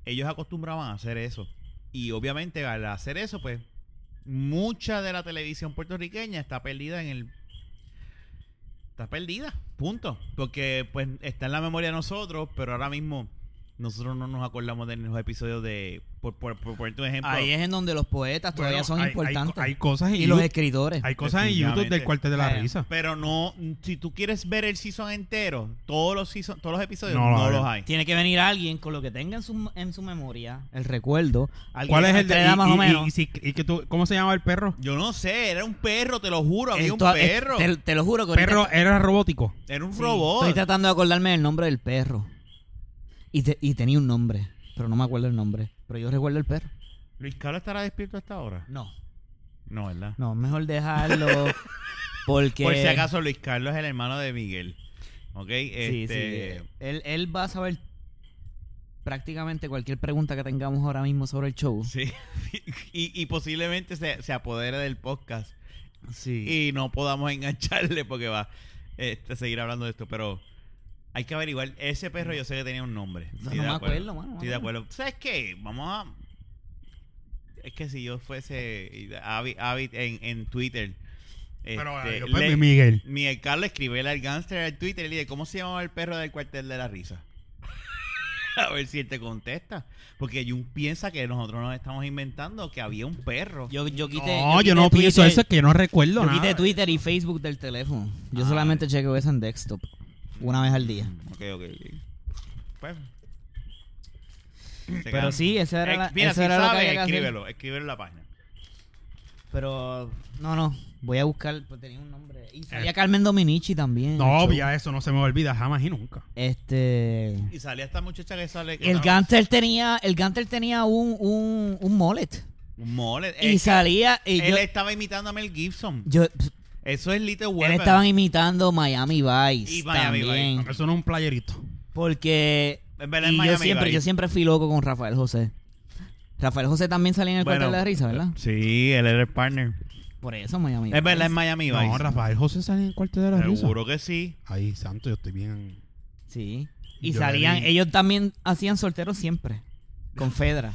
Speaker 2: Ellos acostumbraban a hacer eso. Y obviamente al hacer eso, pues, mucha de la televisión puertorriqueña está perdida en el... Está perdida, punto. Porque pues está en la memoria de nosotros, pero ahora mismo nosotros no nos acordamos de los episodios de... Por, por, por ponerte un ejemplo.
Speaker 1: Ahí es en donde los poetas todavía
Speaker 3: Bueno,
Speaker 1: son
Speaker 3: hay- hay-
Speaker 1: importantes.
Speaker 3: Hay, cosas en
Speaker 1: y los
Speaker 3: YouTube-
Speaker 1: escritores.
Speaker 3: hay cosas en YouTube del
Speaker 2: Definitivamente.
Speaker 3: cuartel de la
Speaker 1: Eh,
Speaker 3: risa.
Speaker 2: Pero no, si tú quieres ver el season entero, todos los season- todos los episodios
Speaker 3: No
Speaker 2: no,
Speaker 3: lo hay.
Speaker 2: los hay.
Speaker 1: Tiene que venir alguien con lo que tenga en su, en su memoria, el recuerdo. alguien
Speaker 3: ¿Cuál
Speaker 1: que
Speaker 3: es el
Speaker 1: te
Speaker 3: de
Speaker 1: da más
Speaker 3: y-
Speaker 1: o
Speaker 3: y-
Speaker 1: menos.
Speaker 3: y si- y que tú- ¿Cómo se llamaba el perro?
Speaker 2: Yo no sé, era un perro, te lo juro, había un
Speaker 1: Esto- es-
Speaker 2: perro.
Speaker 1: Te, te lo juro que ahorita-
Speaker 3: Perro era robótico.
Speaker 2: Era un
Speaker 1: sí,
Speaker 2: robot.
Speaker 1: Estoy tratando de acordarme del nombre del perro. Y, te- y tenía un nombre, pero no me acuerdo el nombre. Pero yo recuerdo el perro.
Speaker 2: Luis Carlos estará despierto hasta ahora.
Speaker 1: No,
Speaker 2: No, ¿verdad?
Speaker 1: no, mejor dejarlo. porque.
Speaker 2: Por si acaso, Luis Carlos es el hermano de Miguel. ¿Ok?
Speaker 1: Sí,
Speaker 2: Este,
Speaker 1: sí. Él, él va a saber prácticamente cualquier pregunta que tengamos ahora mismo sobre el show.
Speaker 2: sí. y, y posiblemente se, se apodere del podcast.
Speaker 1: Sí.
Speaker 2: Y no podamos engancharle porque va este, a seguir hablando de esto. Pero hay que averiguar. Ese perro yo sé que tenía un nombre.
Speaker 1: No,
Speaker 2: Estoy
Speaker 1: no
Speaker 2: de
Speaker 1: me
Speaker 2: acuerdo.
Speaker 1: acuerdo, mano, no me
Speaker 2: Estoy de acuerdo. ¿Sabes qué? Vamos a... Es que si yo fuese Avi Avi en, en Twitter...
Speaker 3: Pero
Speaker 2: este,
Speaker 3: yo, pues,
Speaker 2: le-
Speaker 3: mi Miguel.
Speaker 2: Miguel Carlos escribe al gangster al Twitter y le dice, ¿cómo se llamaba el perro del cuartel de la risa? A ver si él te contesta. Porque Jun piensa que nosotros nos estamos inventando que había un perro.
Speaker 1: Yo, yo quité.
Speaker 3: No,
Speaker 1: quité
Speaker 3: yo no pienso
Speaker 1: Twitter-
Speaker 3: eso, es que yo no recuerdo
Speaker 1: Yo quité
Speaker 3: nada.
Speaker 1: Twitter y Facebook del teléfono. Yo
Speaker 2: Ah.
Speaker 1: solamente chequeo eso en desktop. Una vez al día.
Speaker 2: Mm, Ok, ok. ok. Pues. se
Speaker 1: Pero
Speaker 2: calma.
Speaker 1: sí, esa era
Speaker 2: Eh,
Speaker 1: la.
Speaker 2: Mira,
Speaker 1: eso
Speaker 2: si
Speaker 1: era lo que
Speaker 2: sabes,
Speaker 1: había que hacer.
Speaker 2: escríbelo. Escríbelo en la página.
Speaker 1: Pero no, no. Voy a buscar. Pues tenía un nombre.
Speaker 2: Eh.
Speaker 1: Y salía Carmen Dominici también. en el
Speaker 3: No,
Speaker 1: show.
Speaker 3: ya eso no se me olvida jamás y nunca.
Speaker 1: Este.
Speaker 2: Y salía esta muchacha que sale... que
Speaker 1: El
Speaker 2: no-
Speaker 1: Gantel tenía, el Gantel tenía un, un, un mullet.
Speaker 2: Un mole.
Speaker 1: y
Speaker 2: Es que
Speaker 1: salía. Y
Speaker 2: Él
Speaker 1: yo,
Speaker 2: estaba imitando a Mel Gibson.
Speaker 1: yo-
Speaker 2: Eso es Little
Speaker 1: él
Speaker 2: Weapon.
Speaker 1: estaban imitando Miami Vice.
Speaker 2: Y Miami Vice.
Speaker 1: también,
Speaker 3: Eso no es un playerito.
Speaker 1: Porque.
Speaker 2: En verdad,
Speaker 1: y
Speaker 2: en
Speaker 1: yo
Speaker 2: Miami
Speaker 1: siempre,
Speaker 2: Vice.
Speaker 1: yo siempre fui loco con Rafael José. Rafael José también salía en el
Speaker 2: Bueno,
Speaker 1: cuartel de la risa, ¿verdad?
Speaker 2: Sí, él era el partner.
Speaker 1: Por eso Miami
Speaker 2: Es verdad, es
Speaker 1: Vice.
Speaker 2: Miami Vice.
Speaker 3: No, Rafael José sale en el cuartel de la risa.
Speaker 2: Seguro que sí.
Speaker 3: Ay, santo, yo estoy bien.
Speaker 1: Sí. Y
Speaker 3: Yo
Speaker 1: salían,
Speaker 3: vi-
Speaker 1: ellos también hacían solteros siempre. Con Fedra.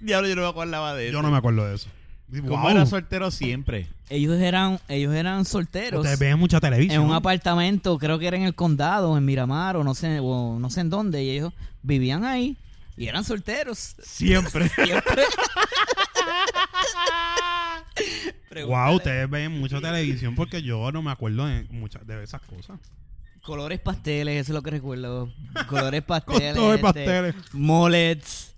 Speaker 2: Diablo, yo no me acordaba
Speaker 1: Eh,
Speaker 2: de eso.
Speaker 3: Yo no me acuerdo de eso.
Speaker 2: Como
Speaker 3: Wow.
Speaker 2: era soltero siempre.
Speaker 1: Ellos eran, ellos eran solteros.
Speaker 3: Ustedes ven mucha televisión.
Speaker 1: en un apartamento, creo que era en el condado, en Miramar, o no sé, o no sé en dónde, y ellos vivían ahí y eran solteros.
Speaker 2: Siempre.
Speaker 1: Siempre.
Speaker 3: Wow,
Speaker 1: Pregúntale,
Speaker 3: ustedes ven mucha televisión porque yo no me acuerdo de muchas de esas cosas.
Speaker 1: Colores pasteles, eso es lo que recuerdo. Colores pasteles.
Speaker 3: Colores
Speaker 1: este,
Speaker 3: pasteles.
Speaker 1: Mullets.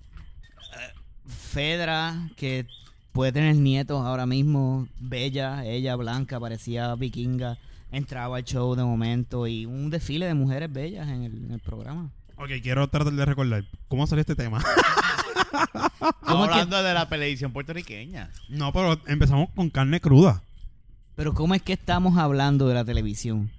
Speaker 1: eh, Fedra, que puede tener nietos ahora mismo. Bella, ella blanca, parecía vikinga. Entraba al show de momento y un desfile de mujeres bellas en el- en el programa.
Speaker 3: Ok, quiero tratar de recordar. ¿Cómo salió este tema?
Speaker 1: ¿Cómo es que-
Speaker 2: hablando de la televisión puertorriqueña.
Speaker 3: no, pero empezamos con carne cruda.
Speaker 1: Pero ¿cómo es que estamos hablando de la televisión?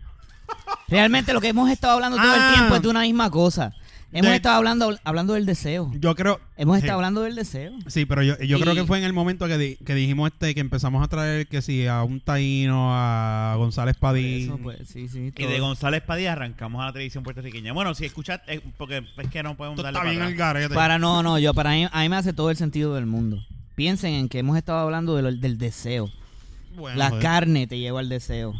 Speaker 1: Realmente lo que hemos estado hablando todo
Speaker 3: Ah.
Speaker 1: el tiempo es de una misma cosa. Hemos
Speaker 3: De-
Speaker 1: estado hablando, hablando del deseo.
Speaker 3: Yo creo.
Speaker 1: Hemos
Speaker 3: Sí.
Speaker 1: estado hablando del deseo.
Speaker 3: Sí, pero yo, yo
Speaker 1: Y-
Speaker 3: creo que fue en el momento que, di- que dijimos este que empezamos a traer que sí a un taíno, a González Padín.
Speaker 1: Eso, pues, sí, sí,
Speaker 2: Y
Speaker 1: todo.
Speaker 2: de González Padilla arrancamos a la televisión puertorriqueña. Bueno, si escuchas, eh, porque es que no podemos
Speaker 3: Esto
Speaker 2: darle
Speaker 3: está
Speaker 2: para
Speaker 3: bien al
Speaker 2: atrás.
Speaker 3: garete.
Speaker 1: Para no, no, yo para mí, a mí me hace todo el sentido del mundo. Piensen en que hemos estado hablando de lo- del deseo.
Speaker 3: Bueno, pues,
Speaker 1: La
Speaker 3: Ah, joder.
Speaker 1: carne te lleva al deseo.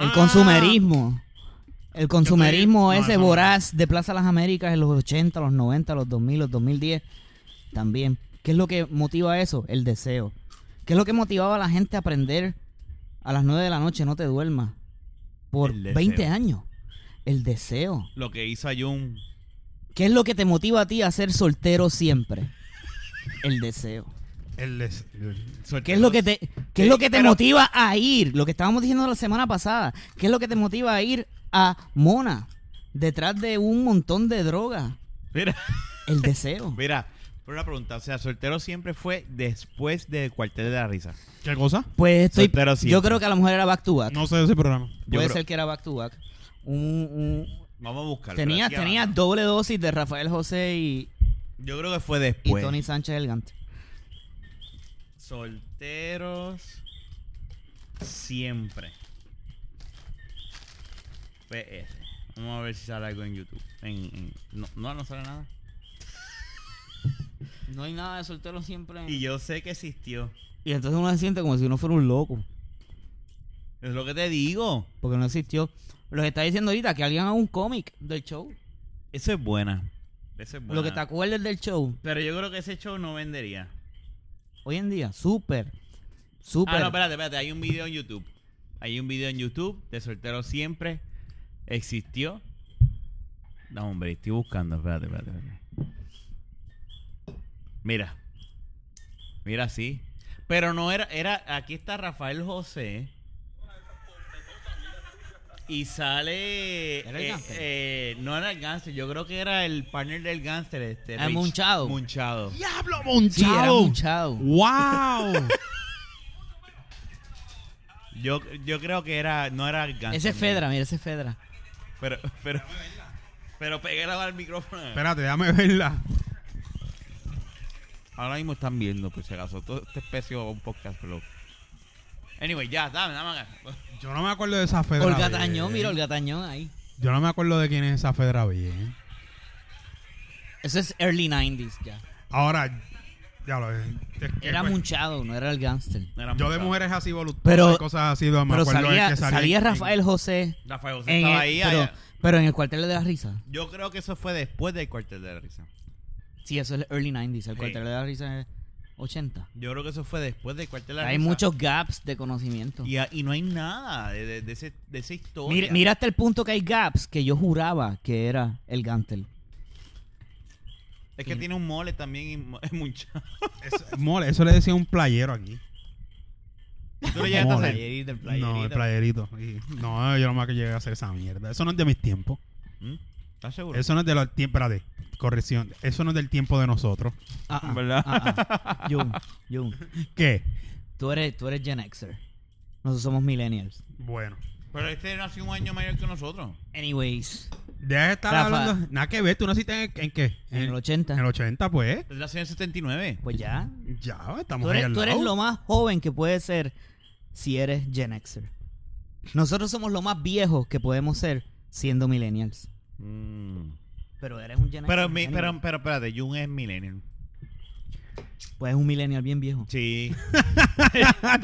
Speaker 1: El
Speaker 3: Ah.
Speaker 1: consumerismo. El consumerismo
Speaker 3: no,
Speaker 1: ese
Speaker 3: eso no.
Speaker 1: voraz de Plaza Las Américas en los 80, los 90, los 2000, los 2010. También. ¿Qué es lo que motiva eso? El deseo. ¿Qué es lo que motivaba a la gente a aprender a las 9 de la noche, no te duermas? Por
Speaker 2: El deseo.
Speaker 1: 20 años. El deseo.
Speaker 2: Lo que hizo Ayun.
Speaker 1: ¿Qué es lo que te motiva a ti a ser soltero siempre? El deseo.
Speaker 3: el des- el-
Speaker 1: ¿Qué es lo que te, qué es lo que te
Speaker 2: Eh, Pero-
Speaker 1: motiva a ir? Lo que estábamos diciendo la semana pasada. ¿Qué es lo que te motiva a ir a Mona? Detrás de un montón de droga.
Speaker 2: Mira,
Speaker 1: El deseo.
Speaker 2: mira, por una pregunta. O sea, soltero siempre fue después del cuartel de la risa.
Speaker 3: ¿Qué cosa?
Speaker 1: Pues estoy.
Speaker 2: Soltero
Speaker 1: Yo
Speaker 2: siempre.
Speaker 1: creo que a lo mejor era back to back.
Speaker 3: No sé de ese programa.
Speaker 2: Yo
Speaker 1: Puede
Speaker 2: creo-
Speaker 1: ser que era back to back. Un-
Speaker 2: Vamos a
Speaker 1: un-
Speaker 2: buscarlo.
Speaker 1: tenía
Speaker 2: Aquí abajo.
Speaker 1: tenía doble dosis de Rafael José y,
Speaker 2: Yo creo que fue
Speaker 1: y
Speaker 2: después.
Speaker 1: Tony Sánchez Elgante.
Speaker 2: Solteros siempre. PS. Vamos a ver si sale algo en YouTube. En, en- no, no, no sale nada.
Speaker 1: No hay nada de soltero siempre.
Speaker 2: Y
Speaker 1: Y,
Speaker 2: yo sé que existió.
Speaker 1: entonces uno se siente como si uno fuera un loco.
Speaker 2: Es lo que te digo.
Speaker 1: Porque no existió. Lo que está diciendo ahorita, que alguien haga un cómic del show.
Speaker 2: Eso es buena. Eso es buena.
Speaker 1: Lo que te acuerdes del show.
Speaker 2: Pero yo creo que ese show no vendería.
Speaker 1: Hoy en día, súper. Súper.
Speaker 2: Ah, no, espérate, espérate. Hay un video en YouTube. Hay un video en YouTube de Soltero Siempre. Existió. No, hombre, estoy buscando. Espérate, espérate. espérate. Mira. Mira, sí. Pero no era, era. Aquí está Rafael José. Y sale.
Speaker 1: ¿Era el
Speaker 2: eh,
Speaker 1: gánster?
Speaker 2: eh, no era el gánster, yo creo que era el partner del gánster. Este,
Speaker 1: Ah,
Speaker 2: Rich.
Speaker 1: Munchado.
Speaker 2: Munchado.
Speaker 3: ¡Diablo,
Speaker 1: Sí, era
Speaker 3: monchado!
Speaker 1: un chao.
Speaker 3: ¡Wow!
Speaker 2: Yo, yo creo que era. No era el gánster.
Speaker 1: Ese es
Speaker 2: no.
Speaker 1: Fedra, mira, ese es Fedra.
Speaker 2: Pero, pero, pero pégala al micrófono.
Speaker 3: Espérate, déjame verla.
Speaker 2: Ahora mismo están viendo, pues, se acaso. Todo este especio un podcast, pero. Anyway, ya, dame, dame acá.
Speaker 3: Yo no me acuerdo de esa
Speaker 2: Ah,
Speaker 3: Fedra.
Speaker 1: Olga
Speaker 3: bien.
Speaker 1: Tañón, mira, Olga Tañón ahí.
Speaker 3: Yo no me acuerdo de quién es esa Fedra bien.
Speaker 1: Eso es early 90s ya.
Speaker 3: Ahora, ya lo es que,
Speaker 1: Era
Speaker 3: pues,
Speaker 1: munchado, no era el gangster.
Speaker 2: Era
Speaker 3: Yo de
Speaker 2: mucha-
Speaker 3: mujeres así voluptuosas
Speaker 1: Pero-
Speaker 3: y cosas así, me
Speaker 1: Pero
Speaker 3: acuerdo
Speaker 1: salía,
Speaker 3: el que salía
Speaker 1: salía
Speaker 3: en-
Speaker 1: Rafael José.
Speaker 2: Rafael José
Speaker 1: En
Speaker 2: estaba
Speaker 1: el-
Speaker 2: ahí.
Speaker 1: pero,
Speaker 2: allá.
Speaker 1: pero en el cuartel de la risa.
Speaker 2: Yo creo que eso fue después del cuartel de la risa.
Speaker 1: Sí, eso es el early 90s. El
Speaker 2: Sí.
Speaker 1: cuartel de la risa es 80.
Speaker 2: Yo creo que eso fue después del cuartel de la
Speaker 1: Hay
Speaker 2: risa.
Speaker 1: muchos gaps de conocimiento.
Speaker 2: Y, a- y no hay nada de, de, de ese, de esa historia.
Speaker 1: Mira, mira hasta el punto que hay gaps que yo juraba que era el Gantel.
Speaker 2: Es que tiene un mole también. Es mucha.
Speaker 3: Eso- mole, eso le decía un playero aquí.
Speaker 2: Tú lo llegaste a
Speaker 3: Mole.
Speaker 2: hacer.
Speaker 3: No, el playerito. Y- no, yo no más que llegué a hacer esa mierda. Eso no es de mis tiempos.
Speaker 2: ¿Mm? ¿Estás seguro?
Speaker 3: Eso no es de los tiempos. Espérate, corrección. Eso no es del tiempo de nosotros.
Speaker 1: Ah, ah,
Speaker 2: ¿Verdad?
Speaker 1: ah, ah. Jun, Jun,
Speaker 3: ¿Qué?
Speaker 1: tú eres, tú eres Gen Xer. Nosotros somos millennials.
Speaker 3: Bueno.
Speaker 2: Pero este nació un año mayor que nosotros.
Speaker 1: Anyways,
Speaker 3: Deja de estar
Speaker 1: Rafa.
Speaker 3: hablando. Nada que ver, tú naciste en, en qué?
Speaker 1: en el 80.
Speaker 3: En el 80, pues.
Speaker 2: Él nació en el 79.
Speaker 1: Pues ya.
Speaker 3: Ya, estamos
Speaker 1: Tú
Speaker 3: ahí
Speaker 1: eres,
Speaker 3: al
Speaker 1: tú eres
Speaker 3: lado.
Speaker 1: lo más joven que puedes ser si eres Gen Xer. Nosotros somos lo más viejos que podemos ser siendo millennials.
Speaker 2: Mm.
Speaker 1: Pero eres un Gen
Speaker 2: Pero,
Speaker 1: Xer,
Speaker 2: mi,
Speaker 1: anyway.
Speaker 2: pero, pero espérate, Jun es millennial.
Speaker 1: Pues es un millennial bien viejo.
Speaker 2: Sí.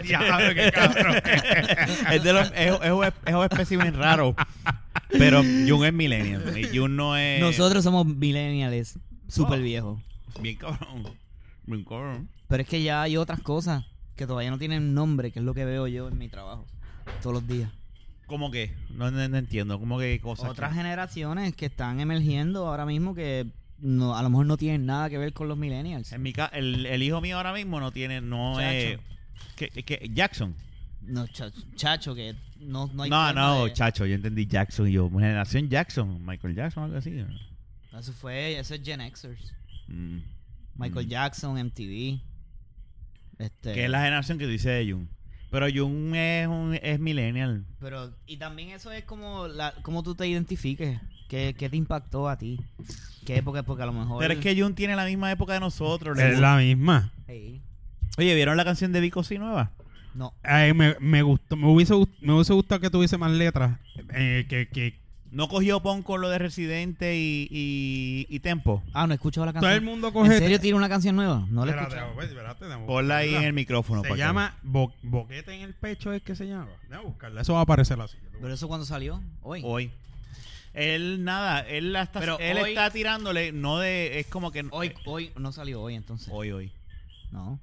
Speaker 3: Diablo, qué cabrón.
Speaker 2: es, de los, es, es un- es un espécimen raro. Pero Jun es millennial. Y Jun no es.
Speaker 1: Nosotros somos millennials súper viejos.
Speaker 2: Bien cabrón. Bien cabrón.
Speaker 1: Pero es que ya hay otras cosas que todavía no tienen nombre, que es lo que veo yo en mi trabajo todos los días.
Speaker 2: ¿Cómo que? No, no, no entiendo. ¿Cómo que cosas?
Speaker 1: Otras
Speaker 2: que-
Speaker 1: generaciones que están emergiendo ahora mismo que no, a lo mejor no tienen nada que ver con los millennials.
Speaker 2: En mi ca- el, el hijo mío ahora mismo no tiene. No es. ¿Qué- qué- Jackson.
Speaker 1: No, cha- chacho, que no, no hay
Speaker 2: No,
Speaker 1: forma
Speaker 2: no,
Speaker 1: de-
Speaker 2: chacho. Yo entendí Jackson. y Yo, generación Jackson. Michael Jackson, algo así.
Speaker 1: Eso fue, eso es Gen Xers.
Speaker 2: Mm.
Speaker 1: Michael
Speaker 2: Mm.
Speaker 1: Jackson, MTV. Este,
Speaker 2: Que es la generación que dice de Jun. Pero Jun es, un, es millennial.
Speaker 1: Pero, y también eso es como, la, como tú te identifiques. ¿Qué, qué te impactó a ti? ¿Qué época? Porque a lo mejor...
Speaker 2: Pero es que Jun tiene la misma época de nosotros. le
Speaker 3: Es la misma.
Speaker 1: Sí.
Speaker 2: Oye, ¿vieron la canción de Vico Si nueva?
Speaker 1: no,
Speaker 3: Ay, me, me gustó. Me hubiese, gust- me hubiese gustado que tuviese más letras. eh, que, que
Speaker 2: ¿No cogió pon con lo de Residente y, y, y Tempo?
Speaker 1: Ah, no he escuchado la
Speaker 3: todo
Speaker 1: canción.
Speaker 3: el mundo
Speaker 1: ¿En
Speaker 3: coge.
Speaker 1: serio tiene una canción nueva? No la he
Speaker 3: Espérate,
Speaker 1: escuchado.
Speaker 3: pues, espérate, déjame
Speaker 2: Ponla ahí en
Speaker 3: buscarla.
Speaker 2: el micrófono. para
Speaker 3: Se
Speaker 2: que-
Speaker 3: llama bo- Boquete en el Pecho, es que se llama. Déjame buscarla. Eso va a aparecer así.
Speaker 1: ¿Pero eso cuándo salió? Hoy. Hoy,
Speaker 2: Hoy. Él nada, él, la está,
Speaker 1: Pero
Speaker 2: él
Speaker 1: hoy-
Speaker 2: está tirándole, no de, es como que...
Speaker 1: hoy, no salió hoy entonces.
Speaker 2: hoy, hoy.
Speaker 1: No.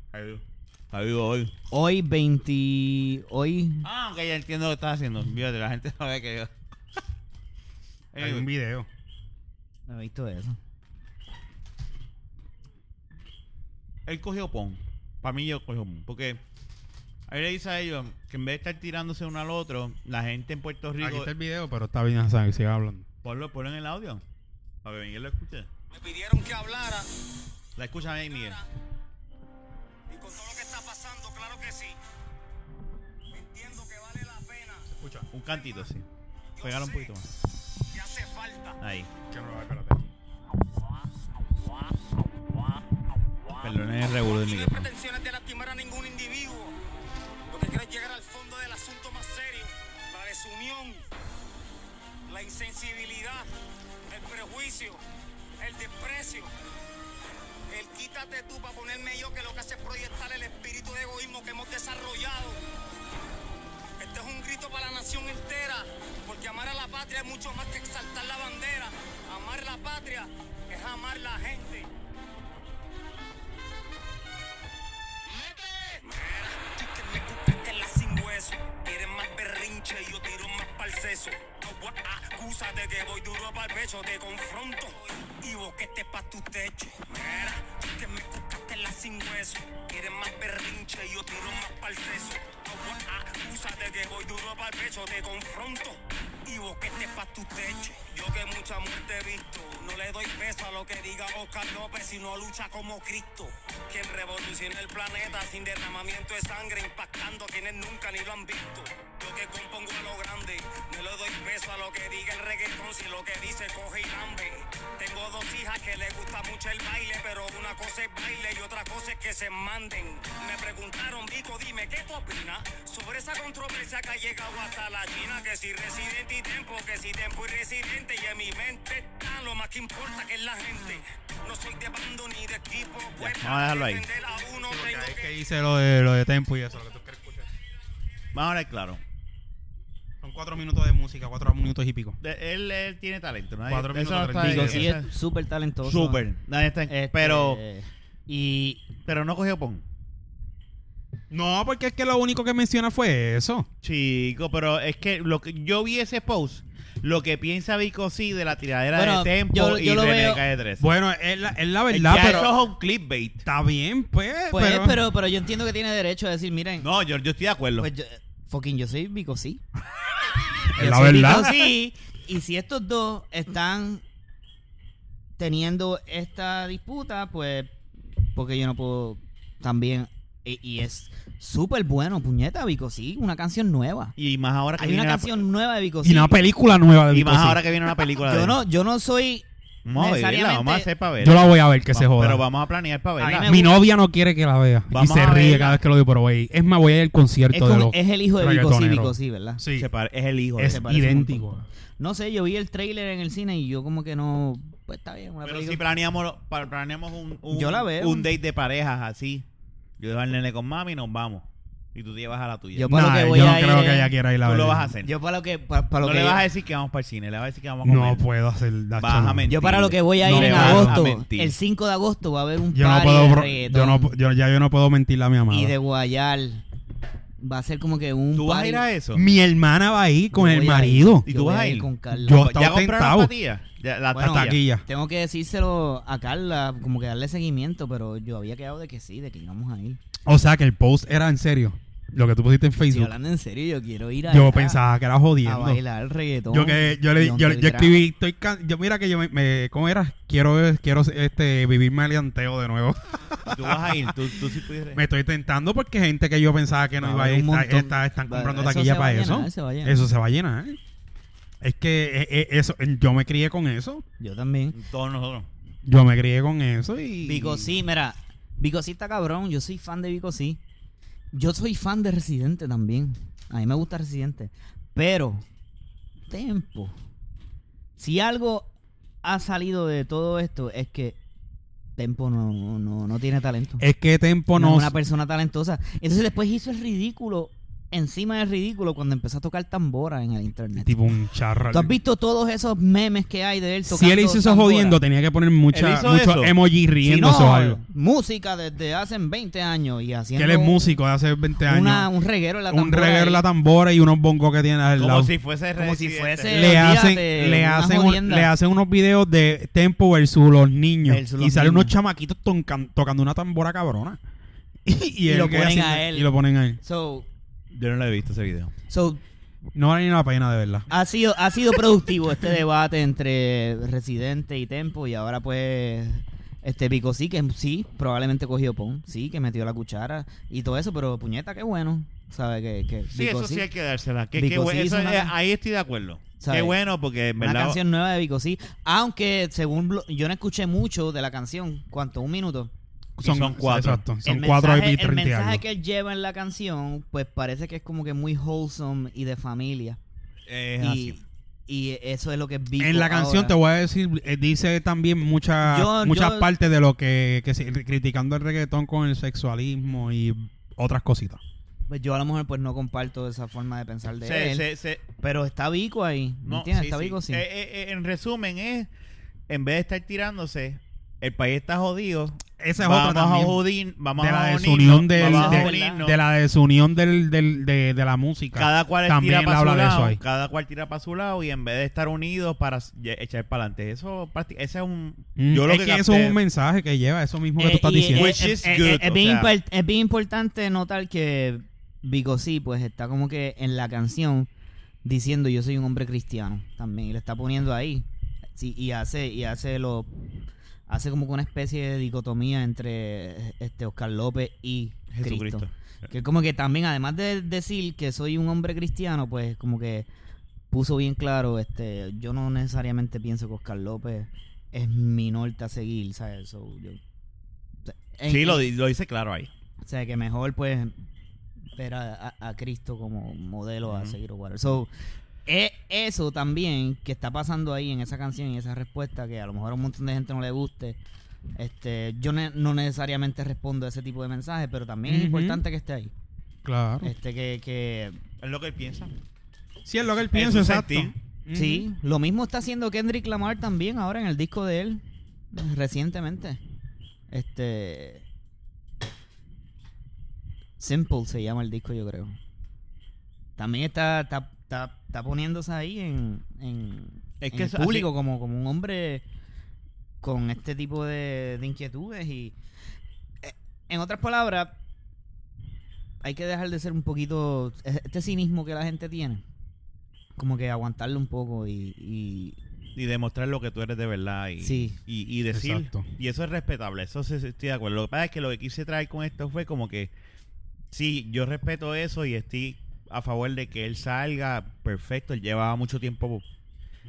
Speaker 2: Ahí va, hoy.
Speaker 1: Hoy 20... Hoy...
Speaker 2: Ah, ok, ya entiendo lo que estás haciendo. Fíjate, la gente no ve que yo...
Speaker 3: Hay
Speaker 1: eh,
Speaker 3: un video.
Speaker 1: No he visto eso.
Speaker 2: él cogió pon. Para mí yo cojo humo, Porque a mí le dice a ellos que en vez de estar tirándose uno al otro, la gente en Puerto
Speaker 3: Aquí
Speaker 2: Rico...
Speaker 3: está el video, pero está bien, ¿sabes? Sigue hablando.
Speaker 2: Ponlo, ponlo en el audio. Para que Miguel lo escuche.
Speaker 5: Me pidieron que hablara.
Speaker 2: La escucha ahí, Miguel.
Speaker 5: Y con todo lo que está pasando, claro que sí. Entiendo que vale la pena.
Speaker 4: Escucha.
Speaker 2: Un cantito, sí. Pégalo un poquito más.
Speaker 5: Que hace falta.
Speaker 2: Ahí.
Speaker 5: Perdón,
Speaker 2: Perdón, es el revuelo del
Speaker 5: tiene
Speaker 2: micrófono.
Speaker 5: pretensiones de lastimar a ningún individuo. Lo que quiero es llegar al fondo del asunto más serio. La desunión, la insensibilidad, el prejuicio, el desprecio. El quítate tú para ponerme yo que lo que hace es proyectar el espíritu de egoísmo que hemos desarrollado. Este es un grito para la nación entera, porque amar a la patria es mucho más que exaltar la bandera. Amar la patria es amar la gente. Mira, que me gusta que la sin hueso. Quieren más berrinche y yo tiro más pa'l seso. Agua, Acusa de que voy duro pa'l pecho, te confronto y boquete pa' tu techo. Mira, que me gusta que la sin hueso. Quieren más berrinche y yo tiro más pa'l seso. Agua, Acusa de que voy duro pa'l pecho, te confronto y boquete pa' tu techo. Yo que mucha muerte he visto, no le doy peso a lo que diga Oscar López si no lucha como Cristo. Quien revoluciona el planeta sin derramamiento de sangre, impactando a quienes nunca ni lo han visto. Yo que compongo a lo grande, no le doy peso a lo que diga el reggaetón si lo que dice coge y lambe. Tengo dos hijas que les gusta mucho el baile, pero una cosa es baile y otra cosa es que se manden. Me preguntaron, Vico, dime, ¿qué tú opinas sobre esa controversia que ha llegado hasta la China? Que si residente y tempo, que si tempo y residente, y en mi mente está lo más que importa que es la gente. No soy de bando ni de equipo, pues
Speaker 2: vamos a dejarlo ahí.
Speaker 5: defender a uno tengo
Speaker 4: Es
Speaker 5: que-
Speaker 4: que hice lo de, lo de tempo y eso, lo que tú quieres escuchar.
Speaker 2: Vamos a hablar claro.
Speaker 4: Son cuatro minutos de música, cuatro minutos y pico.
Speaker 2: De- él, él tiene talento. ¿no?
Speaker 4: Cuatro
Speaker 2: Eso
Speaker 4: minutos,
Speaker 2: no
Speaker 4: treinta y
Speaker 1: Digo,
Speaker 2: está
Speaker 4: dos.
Speaker 1: sí
Speaker 2: eso-
Speaker 1: es súper talentoso.
Speaker 2: Súper. Nadie está en-
Speaker 1: Este,
Speaker 2: pero,
Speaker 1: Y
Speaker 2: pero no cogió pon.
Speaker 3: No, porque es que lo único que menciona fue eso.
Speaker 2: Chico, pero es que lo que yo vi ese post, lo que piensa Vico sí de la tiradera
Speaker 1: Bueno,
Speaker 2: de Tempo
Speaker 1: yo- yo
Speaker 2: y
Speaker 1: lo
Speaker 2: de
Speaker 1: veo-
Speaker 2: Calle 13.
Speaker 3: Bueno, es la, es la
Speaker 2: Eh,
Speaker 3: verdad,
Speaker 2: ya
Speaker 3: pero
Speaker 2: eso es un clickbait.
Speaker 3: está bien, pues.
Speaker 1: pues,
Speaker 3: pero,
Speaker 1: pero, pero, yo entiendo que tiene derecho a decir, miren,
Speaker 2: No, yo, yo estoy de acuerdo.
Speaker 1: pues yo, fucking yo soy Vico sí.
Speaker 3: Es
Speaker 1: Yo
Speaker 3: la
Speaker 1: soy
Speaker 3: verdad.
Speaker 1: Vico sí, y si estos dos están teniendo esta disputa, pues porque yo no puedo también y, y es súper bueno, puñeta Vico sí, una canción nueva.
Speaker 2: y más ahora que
Speaker 1: Hay
Speaker 2: viene
Speaker 1: una
Speaker 2: la-
Speaker 1: canción nueva de Vico
Speaker 3: y
Speaker 1: sí.
Speaker 3: una película nueva de
Speaker 2: y
Speaker 3: Vico
Speaker 2: más
Speaker 3: sí.
Speaker 2: ahora que viene una película. de
Speaker 1: Yo
Speaker 2: él.
Speaker 1: no yo no soy
Speaker 2: Vamos a verla,
Speaker 1: necesariamente-
Speaker 2: vamos a hacer para verla.
Speaker 3: Yo la voy a ver, que se
Speaker 2: Va-
Speaker 3: joda.
Speaker 2: Pero vamos a planear para
Speaker 1: mí
Speaker 2: verla.
Speaker 1: me
Speaker 3: Mi
Speaker 1: gusta.
Speaker 3: novia no quiere que la vea.
Speaker 2: Vamos
Speaker 3: y se
Speaker 2: a
Speaker 3: ríe
Speaker 2: verla.
Speaker 3: cada vez que lo digo, pero güey. Es más, voy a ir al concierto
Speaker 1: es,
Speaker 3: de
Speaker 1: como-
Speaker 3: los.
Speaker 1: es el hijo de Vico sí,
Speaker 3: reggaetoneros.
Speaker 1: Vico sí, ¿verdad?
Speaker 3: Sí,
Speaker 2: Se pare- es el hijo. de
Speaker 3: es
Speaker 1: se parece un
Speaker 3: idéntico.
Speaker 1: No sé, yo vi el tráiler en el cine y yo como que no, pues está bien, una
Speaker 2: Pero
Speaker 1: película.
Speaker 2: si planeamos, pa- planeamos un, un-
Speaker 1: Yo la veo.
Speaker 2: un date de parejas así. Yo dejo al nene con mami y nos vamos. Y tú te llevas a la tuya.
Speaker 1: Yo
Speaker 2: tú
Speaker 1: para lo
Speaker 3: Nah,
Speaker 1: que
Speaker 3: yo
Speaker 1: voy
Speaker 3: no
Speaker 1: a ir
Speaker 3: creo
Speaker 1: es-
Speaker 3: que ella quiera ir la
Speaker 2: lo
Speaker 3: verla.
Speaker 2: vas a hacer.
Speaker 1: Yo para lo que para, para lo
Speaker 2: no
Speaker 1: que
Speaker 2: le vas a decir que vamos para el cine, le vas a decir que vamos a comer.
Speaker 3: No puedo hacer la
Speaker 2: Vas a
Speaker 3: chama.
Speaker 2: mentir.
Speaker 1: yo para lo que voy a ir
Speaker 3: No
Speaker 1: en
Speaker 3: me vas a
Speaker 1: agosto,
Speaker 2: mentir.
Speaker 1: el 5 de agosto va a haber un
Speaker 3: Yo no
Speaker 1: party
Speaker 3: puedo.
Speaker 1: de
Speaker 3: pro- Yo
Speaker 1: reggaetón
Speaker 3: no, pu- yo- ya yo no puedo mentirle a mi amada.
Speaker 1: y de guayar. Va a ser como que un
Speaker 2: ¿Tú vas a ir a
Speaker 1: party.
Speaker 2: eso?
Speaker 3: Mi hermana va a ir con
Speaker 1: Yo
Speaker 3: el
Speaker 1: voy a ir.
Speaker 3: marido.
Speaker 2: ¿Y
Speaker 1: Yo
Speaker 2: tú
Speaker 1: voy
Speaker 2: vas a ir?
Speaker 1: con Carla.
Speaker 3: Yo- Está
Speaker 2: ¿Ya compraron
Speaker 3: tentado.
Speaker 2: las patillas? Ya, la
Speaker 1: Bueno,
Speaker 2: taquilla.
Speaker 3: Taquilla.
Speaker 1: Tengo que decírselo a Carla, como que darle seguimiento, pero yo había quedado de que sí, de que íbamos a ir.
Speaker 3: O sea que el post era en serio. Lo que tú pusiste en
Speaker 1: Estoy
Speaker 3: Facebook.
Speaker 1: hablando en serio, yo quiero ir a
Speaker 3: Yo pensaba que era
Speaker 1: a
Speaker 3: jodiendo.
Speaker 1: bailar reggaetón.
Speaker 3: Yo que yo le
Speaker 1: John
Speaker 3: yo,
Speaker 1: del
Speaker 3: yo
Speaker 1: Gran.
Speaker 3: escribí, estoy can- yo mira que yo me, me- ¿cómo era? Quiero quiero este vivir maleanteo de nuevo.
Speaker 2: Tú vas a ir, tú, tú sí pudieras.
Speaker 3: Me estoy tentando porque gente que yo pensaba que no
Speaker 1: Va a
Speaker 3: iba a
Speaker 1: haber
Speaker 3: ir
Speaker 1: un
Speaker 3: está-
Speaker 1: montón.
Speaker 3: está- están
Speaker 1: Va-
Speaker 3: comprando
Speaker 1: eso
Speaker 3: taquilla
Speaker 1: se va a
Speaker 3: para
Speaker 1: llenar,
Speaker 3: eso.
Speaker 1: se va a llenar.
Speaker 3: Eso se va a llenar. Es que eh, eh, eso eh, yo me crié con eso.
Speaker 1: Yo también.
Speaker 2: Todos nosotros.
Speaker 3: Yo me crié con eso y
Speaker 1: Vico sí, mira, Vico sí está cabrón, yo soy fan de Vico sí. Yo soy fan de Residente también. A mí me gusta Residente, pero Tempo. Si algo ha salido de todo esto es que Tempo no no, no- no tiene talento.
Speaker 3: Es que Tempo
Speaker 1: no
Speaker 3: no,
Speaker 1: es una persona talentosa. Entonces después hizo el ridículo encima del ridículo cuando empezó a tocar tambora en el internet.
Speaker 3: tipo un charro.
Speaker 1: ¿Tú has visto todos esos memes que hay de él tocando
Speaker 3: Si él hizo eso
Speaker 1: tambora?
Speaker 3: jodiendo, tenía que poner
Speaker 2: Él
Speaker 3: mucha
Speaker 2: hizo eso.
Speaker 3: mucho emoji
Speaker 1: Si
Speaker 3: riéndose
Speaker 1: no,
Speaker 3: o algo.
Speaker 1: música desde hace 20 años y
Speaker 3: Que
Speaker 1: haciendo
Speaker 3: él es músico de hace 20 años.
Speaker 1: una- un reguero en la
Speaker 3: un
Speaker 1: tambora
Speaker 3: reguero
Speaker 1: ahí.
Speaker 3: en la tambora y unos bongos que tiene al
Speaker 2: Como
Speaker 3: lado.
Speaker 2: si fuese
Speaker 1: Como si
Speaker 2: Residente.
Speaker 1: fuese-
Speaker 3: le hacen,
Speaker 1: Olvídate,
Speaker 3: le,
Speaker 1: una
Speaker 3: hacen un-
Speaker 1: jodienda.
Speaker 3: le hacen unos videos de Tempo versus los niños.
Speaker 1: Versus
Speaker 3: y
Speaker 1: los
Speaker 3: salen
Speaker 1: niños.
Speaker 3: unos chamaquitos toncan- tocando una tambora cabrona. y,
Speaker 1: Y lo
Speaker 3: él que
Speaker 1: ponen
Speaker 3: hace-
Speaker 1: a él.
Speaker 3: Y lo ponen a él.
Speaker 1: So,
Speaker 2: Yo no lo he visto ese video.
Speaker 1: so
Speaker 3: No vale ni la pena de verdad.
Speaker 1: ha sido, ha sido productivo este debate entre Residente y Tempo y ahora pues este Pico sí que sí, probablemente cogió Pon, sí, que metió la cuchara y todo eso, pero puñeta, qué bueno, sabe que, que
Speaker 2: Sí,
Speaker 1: Vico
Speaker 2: eso sí hay que dársela. Que,
Speaker 1: Vico
Speaker 2: que bueno,
Speaker 1: sí hizo
Speaker 2: eso
Speaker 1: una
Speaker 2: es-
Speaker 1: can-
Speaker 2: ahí estoy de acuerdo.
Speaker 1: ¿Sabes?
Speaker 2: Qué bueno, porque en
Speaker 1: Una
Speaker 2: verdad.
Speaker 1: canción nueva de Vico sí, aunque según blo- yo no escuché mucho de la canción, ¿cuánto? ¿Un minuto?
Speaker 2: Y son cuatro.
Speaker 3: Exacto. Son
Speaker 1: el
Speaker 3: cuatro
Speaker 1: mensaje,
Speaker 3: IP
Speaker 1: el
Speaker 3: 30
Speaker 1: mensaje
Speaker 3: algo.
Speaker 1: que él lleva en la canción, pues parece que es como que muy wholesome y de familia.
Speaker 2: es
Speaker 1: y,
Speaker 2: así.
Speaker 1: y eso es lo que es Vico
Speaker 3: En la canción
Speaker 1: ahora.
Speaker 3: te voy a decir, eh, dice también mucha-
Speaker 1: Yo-
Speaker 3: muchas
Speaker 1: yo-
Speaker 3: partes de lo que, que se- criticando el reggaetón con el sexualismo y otras cositas.
Speaker 1: Pues yo a lo mejor pues no comparto esa forma de pensar de
Speaker 2: Se-
Speaker 1: él.
Speaker 2: se- se-
Speaker 1: Pero está Vico ahí. ¿Me
Speaker 2: no,
Speaker 1: entiendes?
Speaker 2: sí,
Speaker 1: está
Speaker 2: sí.
Speaker 1: Vico sí.
Speaker 2: Eh, eh, eh, en resumen, es. En vez de estar tirándose, el país está jodido.
Speaker 3: Esa es
Speaker 2: vamos
Speaker 3: otra
Speaker 2: a
Speaker 3: también.
Speaker 2: jodir, vamos
Speaker 3: de
Speaker 2: a
Speaker 3: la
Speaker 2: unirnos,
Speaker 3: desunión del-
Speaker 2: vamos a
Speaker 1: de-
Speaker 2: unirnos.
Speaker 3: De la desunión del, del- de, de la música.
Speaker 2: cada cual
Speaker 3: también
Speaker 2: tira para
Speaker 3: habla
Speaker 2: su
Speaker 3: de eso
Speaker 2: lado,
Speaker 3: ahí.
Speaker 2: cada cual tira para su lado y en vez de estar unidos para s- ye- echar para adelante. Eso prácti- ese es un
Speaker 3: Mm,
Speaker 2: yo lo
Speaker 3: es
Speaker 2: que
Speaker 3: que, eso
Speaker 2: capté-
Speaker 3: es un mensaje que lleva, eso mismo que tú estás
Speaker 1: Eh, y,
Speaker 3: diciendo.
Speaker 1: eh,
Speaker 2: Which
Speaker 1: eh,
Speaker 2: is
Speaker 1: eh,
Speaker 2: good,
Speaker 1: eh, es,
Speaker 2: o
Speaker 1: bien
Speaker 2: sea.
Speaker 1: impar- es bien importante notar que Vico sí, pues está como que en la canción diciendo yo soy un hombre cristiano también. Y le está poniendo ahí. Sí, y hace, y hace lo hace como que una especie de dicotomía entre este Oscar López y
Speaker 2: Jesucristo.
Speaker 1: Cristo. Que como que también, además de decir que soy un hombre cristiano, pues como que puso bien claro, este, yo no necesariamente pienso que Oscar López es mi norte a seguir, ¿sabes? So, yo- o sea, en-
Speaker 2: Sí, lo, di- lo dice claro ahí.
Speaker 1: O sea, que mejor pues ver a, a- a Cristo como modelo a
Speaker 2: Ujú.
Speaker 1: seguir o whatever. So, e- eso también que está pasando ahí en esa canción y esa respuesta que a lo mejor a un montón de gente no le guste. Este, yo ne- no necesariamente respondo a ese tipo de mensajes, pero también es
Speaker 3: Ujú.
Speaker 1: importante que esté ahí.
Speaker 3: Claro.
Speaker 1: Este que, que
Speaker 2: Es lo que él piensa.
Speaker 3: sí, es lo que él
Speaker 2: piensa,
Speaker 3: piensa,
Speaker 2: exacto.
Speaker 3: exacto.
Speaker 1: Sí, lo mismo está haciendo Kendrick Lamar también ahora en el disco de él recientemente. Este Simple se llama el disco, yo creo. También está está, está, está poniéndose ahí en, en,
Speaker 2: Es
Speaker 1: en
Speaker 2: que
Speaker 1: el
Speaker 2: eso-
Speaker 1: público
Speaker 2: así-
Speaker 1: como como un hombre con este tipo de, de inquietudes y eh, en otras palabras hay que dejar de ser un poquito este cinismo que la gente tiene como que aguantarlo un poco y, y-
Speaker 2: Y demostrar lo que tú eres de verdad. Y,
Speaker 1: Sí.
Speaker 2: y, y decir.
Speaker 3: Exacto.
Speaker 2: Y eso es respetable. Eso sí, sí, estoy de acuerdo. Lo que pasa es que lo que quise traer con esto fue como que. Sí, yo respeto eso y estoy a favor de que él salga perfecto. Él llevaba mucho tiempo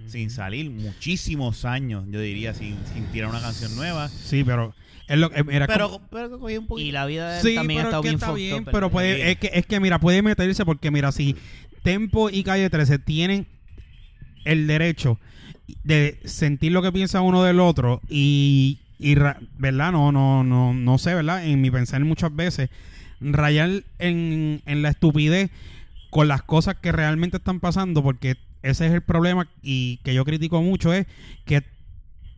Speaker 2: sin salir, muchísimos años, yo diría, sin, sin tirar una canción nueva.
Speaker 3: Sí, pero es lo eh, que era como-
Speaker 2: Pero, pero cogí un
Speaker 1: y
Speaker 2: poquito.
Speaker 1: la vida de él
Speaker 3: Pues, Sí,
Speaker 1: también ha
Speaker 3: pero
Speaker 1: estado
Speaker 3: es que
Speaker 1: bien
Speaker 3: está
Speaker 1: fucked
Speaker 3: bien,
Speaker 1: up,
Speaker 3: pero pues,
Speaker 1: ¿verdad? Eh,
Speaker 3: puede, es que, es que mira, puede meterse porque mira, si Tempo y Calle 13 tienen el derecho de sentir lo que piensa uno del otro y, y ra- ¿verdad? No, no, no, no sé, ¿verdad? En mi pensar muchas veces, rayar en, en la estupidez con las cosas que realmente están pasando porque ese es el problema y que yo critico mucho es que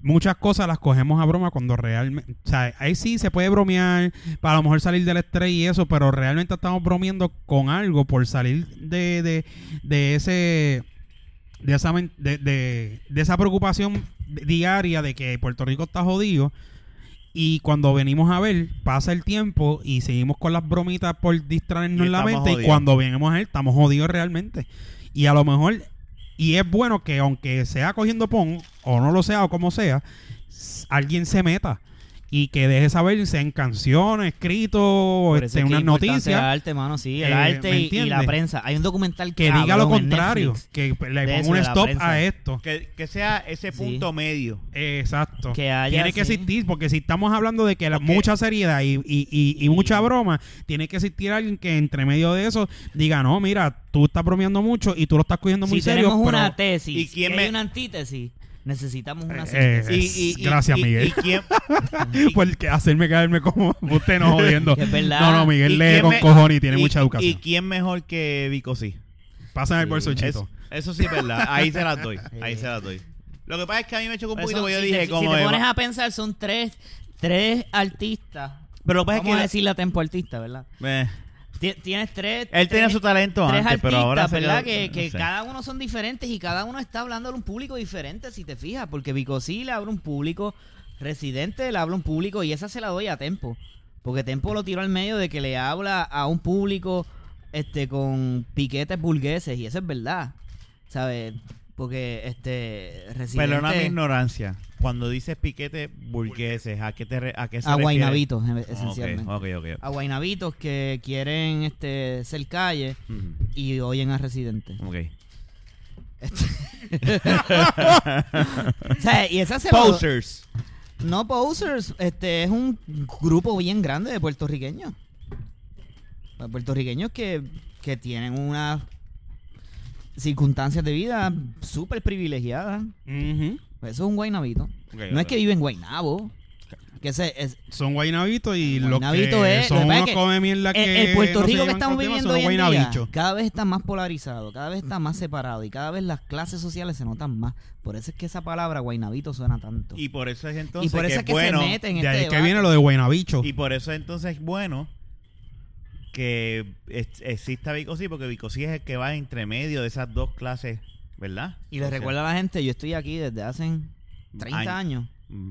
Speaker 3: muchas cosas las cogemos a broma cuando realmente, o sea, ahí sí se puede bromear, para a lo mejor salir del estrés y eso, pero realmente estamos bromeando con algo por salir de, de, de ese de esa men- de, de- de esa preocupación di- diaria de que Puerto Rico está jodido y cuando venimos a ver pasa el tiempo y seguimos con las bromitas por distraernos
Speaker 2: Y
Speaker 3: la
Speaker 2: estamos
Speaker 3: mente y
Speaker 2: jodidos.
Speaker 3: cuando venimos a ver estamos jodidos realmente y a lo mejor y es bueno que aunque sea cogiendo pon o no lo sea o como sea s- alguien se meta y que deje saber sea en canciones escrito
Speaker 1: Por eso
Speaker 3: este,
Speaker 1: es que es
Speaker 3: unas
Speaker 1: importante
Speaker 3: noticias
Speaker 1: el arte mano sí el
Speaker 3: Eh, ¿me
Speaker 1: arte y- y, la
Speaker 3: entiendes?
Speaker 1: prensa hay un documental
Speaker 3: que diga lo
Speaker 1: cabrón en
Speaker 3: contrario,
Speaker 1: Netflix
Speaker 3: que le
Speaker 1: de
Speaker 3: ponga
Speaker 1: eso,
Speaker 3: un
Speaker 1: de la
Speaker 3: stop
Speaker 1: prensa.
Speaker 3: a esto.
Speaker 2: Que, que sea ese
Speaker 1: Sí.
Speaker 2: punto medio.
Speaker 3: Exacto.
Speaker 1: Que haya,
Speaker 3: tiene que
Speaker 1: sí.
Speaker 3: existir, porque si estamos hablando de que la,
Speaker 2: Ok.
Speaker 3: mucha seriedad y, y- y- y mucha broma, tiene que existir alguien que entre medio de eso diga, no, mira, tú estás bromeando mucho y tú lo estás cogiendo muy
Speaker 1: si
Speaker 3: serio.
Speaker 1: tenemos
Speaker 3: pero-
Speaker 1: una tesis
Speaker 2: ¿Y
Speaker 1: y
Speaker 2: quién me-
Speaker 1: hay una antítesis necesitamos una
Speaker 3: Eh,
Speaker 1: síntesis
Speaker 3: eh, Gracias, Miguel.
Speaker 2: ¿Y quién,
Speaker 3: porque Pues hacerme caerme como usted no jodiendo.
Speaker 1: Que es verdad.
Speaker 3: No, no,
Speaker 2: ¿Y
Speaker 3: Miguel lee
Speaker 2: quién
Speaker 3: con
Speaker 2: me-
Speaker 3: cojones y tiene
Speaker 2: y-
Speaker 3: mucha educación.
Speaker 2: ¿Y quién mejor que Vico sí?
Speaker 3: Pasa en el
Speaker 1: Sí,
Speaker 3: bolso,
Speaker 2: Es-
Speaker 3: chito.
Speaker 2: eso sí es verdad. Ahí se las doy. Ahí se las doy. Lo que pasa es que a mí me chocó un
Speaker 1: Pero
Speaker 2: poquito
Speaker 1: son-
Speaker 2: porque yo
Speaker 1: si
Speaker 2: dije,
Speaker 1: te, si
Speaker 2: como
Speaker 1: te
Speaker 2: de-
Speaker 1: pones a pensar son tres tres artistas
Speaker 2: Pero lo que pasa
Speaker 1: vamos a
Speaker 2: es que...
Speaker 1: decirle a tempo artista verdad
Speaker 2: Eh,
Speaker 1: Ti- tienes tres
Speaker 2: él tenía
Speaker 1: tres-
Speaker 2: su talento
Speaker 1: tres
Speaker 2: antes,
Speaker 1: artistas,
Speaker 2: pero ahora... se
Speaker 1: ¿verdad?
Speaker 2: quedó-
Speaker 1: que que
Speaker 2: no sé.
Speaker 1: cada uno son diferentes y cada uno está hablando a un público diferente, si te fijas, porque Vico sí le habla a un público, Residente le habla a un público y esa se la doy a Tempo. Porque Tempo lo tiró al medio de que le habla a un público este con piquetes burgueses y eso es verdad. ¿Sabes? Porque este residente
Speaker 2: Perdona mi ignorancia. Cuando dices piquete burgueses, ¿a qué te re- a qué se
Speaker 1: a
Speaker 2: refiere?
Speaker 1: guainabitos em-
Speaker 2: Ok,
Speaker 1: esencialmente.
Speaker 2: Ok, ok. ok.
Speaker 1: A guainabitos que quieren este ser calle
Speaker 2: Ujú,
Speaker 1: y oyen a residente.
Speaker 2: Mm-hmm. ok.
Speaker 1: O sea, y esa se lo-
Speaker 2: Posers.
Speaker 1: No, Posers este, es un grupo bien grande de puertorriqueños. De Puertorriqueños que, que tienen unas circunstancias de vida súper privilegiadas. Pues,
Speaker 3: Ujú.
Speaker 1: Eso es un guainabito.
Speaker 2: Ok,
Speaker 1: No es
Speaker 2: ok.
Speaker 1: que viven en Guaynabo. Que ese es,
Speaker 3: Son guaynabitos y los
Speaker 1: Guaynabito
Speaker 3: que
Speaker 1: es- eh, lo
Speaker 3: son
Speaker 1: que pasa
Speaker 3: unos
Speaker 1: es que
Speaker 3: come mierda
Speaker 1: el,
Speaker 3: que
Speaker 1: el Puerto
Speaker 3: no
Speaker 1: Rico
Speaker 3: se
Speaker 1: que
Speaker 3: llevan
Speaker 1: estamos
Speaker 3: con temas
Speaker 1: viviendo
Speaker 3: son
Speaker 1: hoy en día
Speaker 3: guaynabichos.
Speaker 1: cada vez está más polarizado, cada vez está más separado y cada vez las clases sociales se notan más. Por eso es que esa palabra guainabito suena tanto.
Speaker 2: Y por eso es
Speaker 1: Y
Speaker 2: entonces
Speaker 1: por eso
Speaker 2: que
Speaker 1: es que
Speaker 2: bueno,
Speaker 1: se meten en este
Speaker 3: De ahí es que
Speaker 1: debate.
Speaker 3: viene lo de guaynabicho.
Speaker 2: Y por eso entonces es bueno que es- exista Vicosí, porque Vicosí es el que va entre medio de esas dos clases, ¿verdad?
Speaker 1: Y les
Speaker 2: O sea,
Speaker 1: recuerdo a la gente, yo estoy aquí desde hace 30
Speaker 2: Año.
Speaker 1: años.
Speaker 2: mm,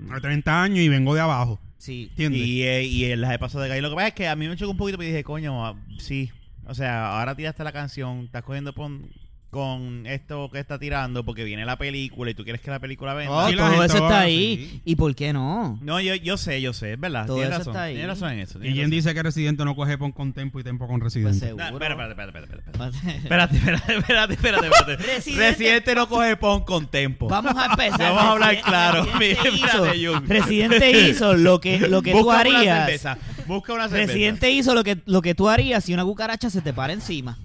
Speaker 2: mm,
Speaker 3: A 30 años y vengo de abajo.
Speaker 1: Sí.
Speaker 3: ¿Entiendes?
Speaker 2: Y, eh, y el- las de paso de Calle. Lo que pasa es que a mí me chocó un poquito porque dije, coño, ah, sí. O sea, ahora tiraste la canción, estás cogiendo pon- con esto que está tirando porque viene la película y tú quieres que la película venda.
Speaker 1: Oh,
Speaker 3: Sí, la
Speaker 1: todo
Speaker 3: gente
Speaker 1: eso
Speaker 3: va
Speaker 1: está
Speaker 3: a-
Speaker 1: ahí.
Speaker 3: sí.
Speaker 1: ¿Y por qué no?
Speaker 2: No, yo, yo sé, yo sé, es verdad.
Speaker 1: Todo
Speaker 2: Tienes
Speaker 1: eso
Speaker 2: razón.
Speaker 1: está ahí.
Speaker 2: Tienes razón en eso.
Speaker 3: ¿Y
Speaker 2: tienes
Speaker 3: quién
Speaker 2: razón.
Speaker 3: dice que Residente no coge pon con tempo y tempo con
Speaker 1: Pues
Speaker 2: No,
Speaker 3: Residente?
Speaker 1: seguro.
Speaker 2: espérate, espérate, espérate, espérate, espérate. Espérate, espérate, espérate, espérate, espérate.
Speaker 1: Residente-
Speaker 2: Residente. no coge pon con tempo.
Speaker 1: Vamos a empezar.
Speaker 2: Vamos a hablar
Speaker 1: Residente-
Speaker 2: claro.
Speaker 1: Residente
Speaker 2: Mira, espérate,
Speaker 1: hizo-
Speaker 2: Jun.
Speaker 1: Residente hizo lo que, lo que tú
Speaker 2: Busca una
Speaker 1: harías.
Speaker 2: cerveza. Busca una cerveza.
Speaker 1: Residente hizo lo que, lo que tú harías si una cucaracha se te para encima.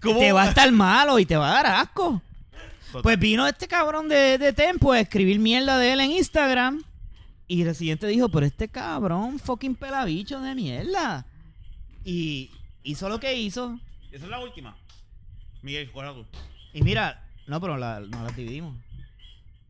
Speaker 2: ¿Cómo?
Speaker 1: Te va a estar malo y te va a dar asco. Pues vino este cabrón de, de Tempo a escribir mierda de él en Instagram. Y Residente dijo, pero este cabrón, fucking pelabicho de mierda. Y hizo lo que hizo.
Speaker 2: Esa es la última. Miguel, ¿cuál es la tuya?
Speaker 1: Y mira, no, pero la, no las dividimos.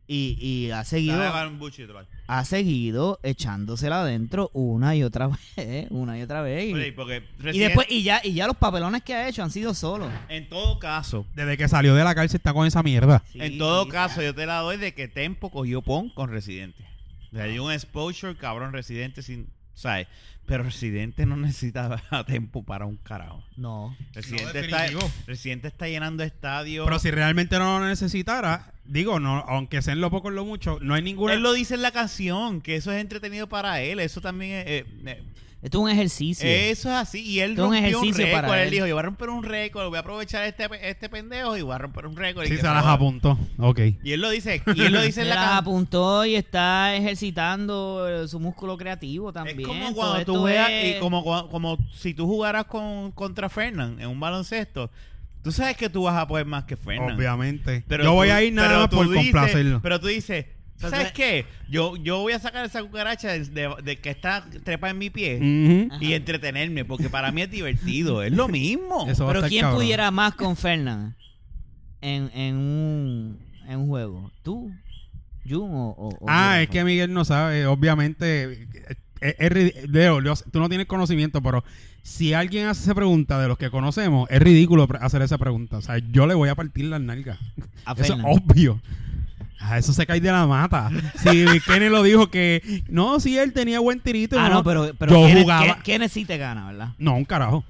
Speaker 1: Y, y ha seguido,
Speaker 2: Dale, agarra un buche y te lo-
Speaker 1: ha seguido echándosela adentro una y otra vez, una y otra vez.
Speaker 2: Oye,
Speaker 1: Y,
Speaker 2: porque
Speaker 1: y
Speaker 2: Residente-
Speaker 1: después, y ya, y ya los papelones que ha hecho han sido solos.
Speaker 2: En todo caso,
Speaker 3: Desde que salió de la cárcel está con esa mierda.
Speaker 1: Sí,
Speaker 2: en todo
Speaker 1: sí,
Speaker 2: caso, yo te la doy de que Tempo cogió pon con Residente. O sea, hay un exposure, cabrón, Residente sin... ¿Sabes? Pero Residente no necesitaba a Tempo para un carajo.
Speaker 1: No.
Speaker 2: Residente, está,
Speaker 3: definitivo.
Speaker 2: Residente está llenando estadios.
Speaker 3: Pero si realmente no lo necesitara, digo, no, aunque sea en lo poco o en lo mucho, no hay ninguna.
Speaker 2: Él lo dice en la canción, que eso es entretenido para él. Eso también es... eh, eh,
Speaker 1: Esto es un ejercicio.
Speaker 2: Eso es así. Y él
Speaker 1: Esto es un
Speaker 2: rompió un
Speaker 1: ejercicio
Speaker 2: récord.
Speaker 1: para
Speaker 2: él.
Speaker 1: él.
Speaker 2: dijo, yo voy a romper un récord, voy a aprovechar este, este pendejo y voy a romper un récord. y
Speaker 3: Sí,
Speaker 2: que
Speaker 3: se
Speaker 2: se
Speaker 3: las
Speaker 2: joda.
Speaker 3: apuntó. Ok.
Speaker 2: Y él lo dice, y él lo dice
Speaker 1: Se
Speaker 2: en la
Speaker 1: las
Speaker 2: canción.
Speaker 1: apuntó y está ejercitando eh, su músculo creativo también.
Speaker 2: Es como
Speaker 1: Todo
Speaker 2: cuando tú
Speaker 1: esto
Speaker 2: veas,
Speaker 1: es-
Speaker 2: y como, cua- como si tú jugaras con, contra Fernan en un baloncesto, tú sabes que tú vas a poder más que Fernan.
Speaker 3: Obviamente.
Speaker 2: Pero
Speaker 3: Yo
Speaker 2: tú-
Speaker 3: voy a ir nada
Speaker 2: pero
Speaker 3: más
Speaker 2: tú
Speaker 3: por
Speaker 2: dices-
Speaker 3: complacerlo.
Speaker 2: Pero tú dices, ¿sabes
Speaker 1: Entonces-
Speaker 2: qué? Yo, yo voy a sacar esa cucaracha de, de- de que está trepa en mi pie
Speaker 3: Ujú.
Speaker 2: y entretenerme, porque para mí es divertido, es lo mismo.
Speaker 3: Eso va a
Speaker 1: Pero
Speaker 3: estar
Speaker 1: ¿quién
Speaker 3: cabrón.
Speaker 1: pudiera más con Fernan en, en, un, en un juego? ¿Tú? ¿Jun o, o- o
Speaker 3: Ah,
Speaker 1: Jonathan?
Speaker 3: es que Miguel no sabe. Obviamente, es- es ri- Leo, Leo, tú no tienes conocimiento, pero si alguien hace esa pregunta de los que conocemos, es ridículo pre- hacer esa pregunta. O sea, yo le voy a partir las nalgas.
Speaker 1: A
Speaker 3: Eso oh, es
Speaker 1: Fernan.
Speaker 3: obvio. A eso se cae de la mata. Si Kenny lo dijo que no, si él tenía buen tirito.
Speaker 1: Ah,
Speaker 3: no,
Speaker 1: no, pero, pero
Speaker 3: yo
Speaker 1: Kenneth,
Speaker 3: jugaba.
Speaker 1: Ken- Kenneth sí te gana, ¿verdad?
Speaker 3: No, un carajo.